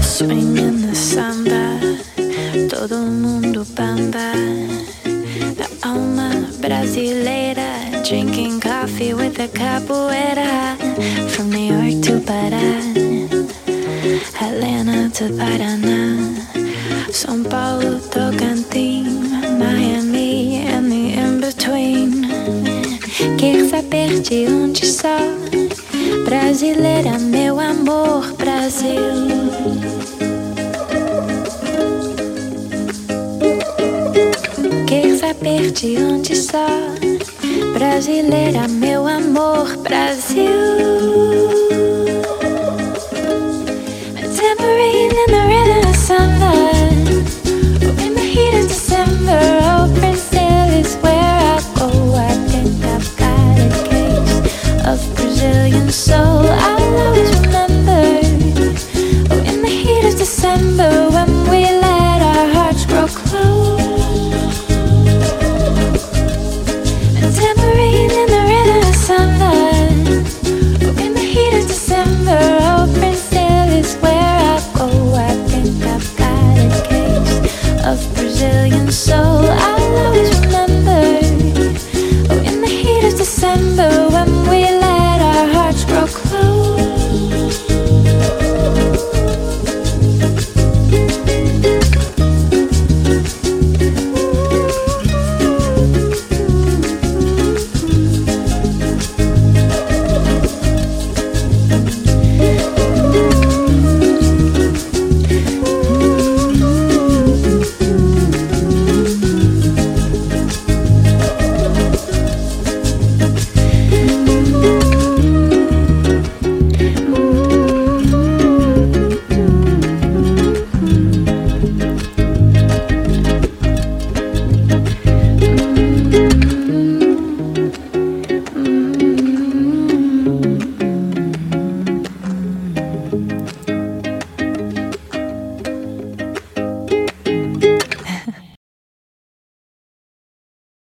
[SPEAKER 11] Swinging the samba, todo mundo bamba. The alma brasileira, drinking coffee with a capoeira. From New York to Pará, Atlanta to Paraná, São Paulo, Tocantins, Miami, and the in between. Quer saber de onde sou? Brasileira, meu amor, Brasil. Quer saber de onde sou? Brasileira, meu amor, Brasil. A tambourine in the rhythm oh, Oh,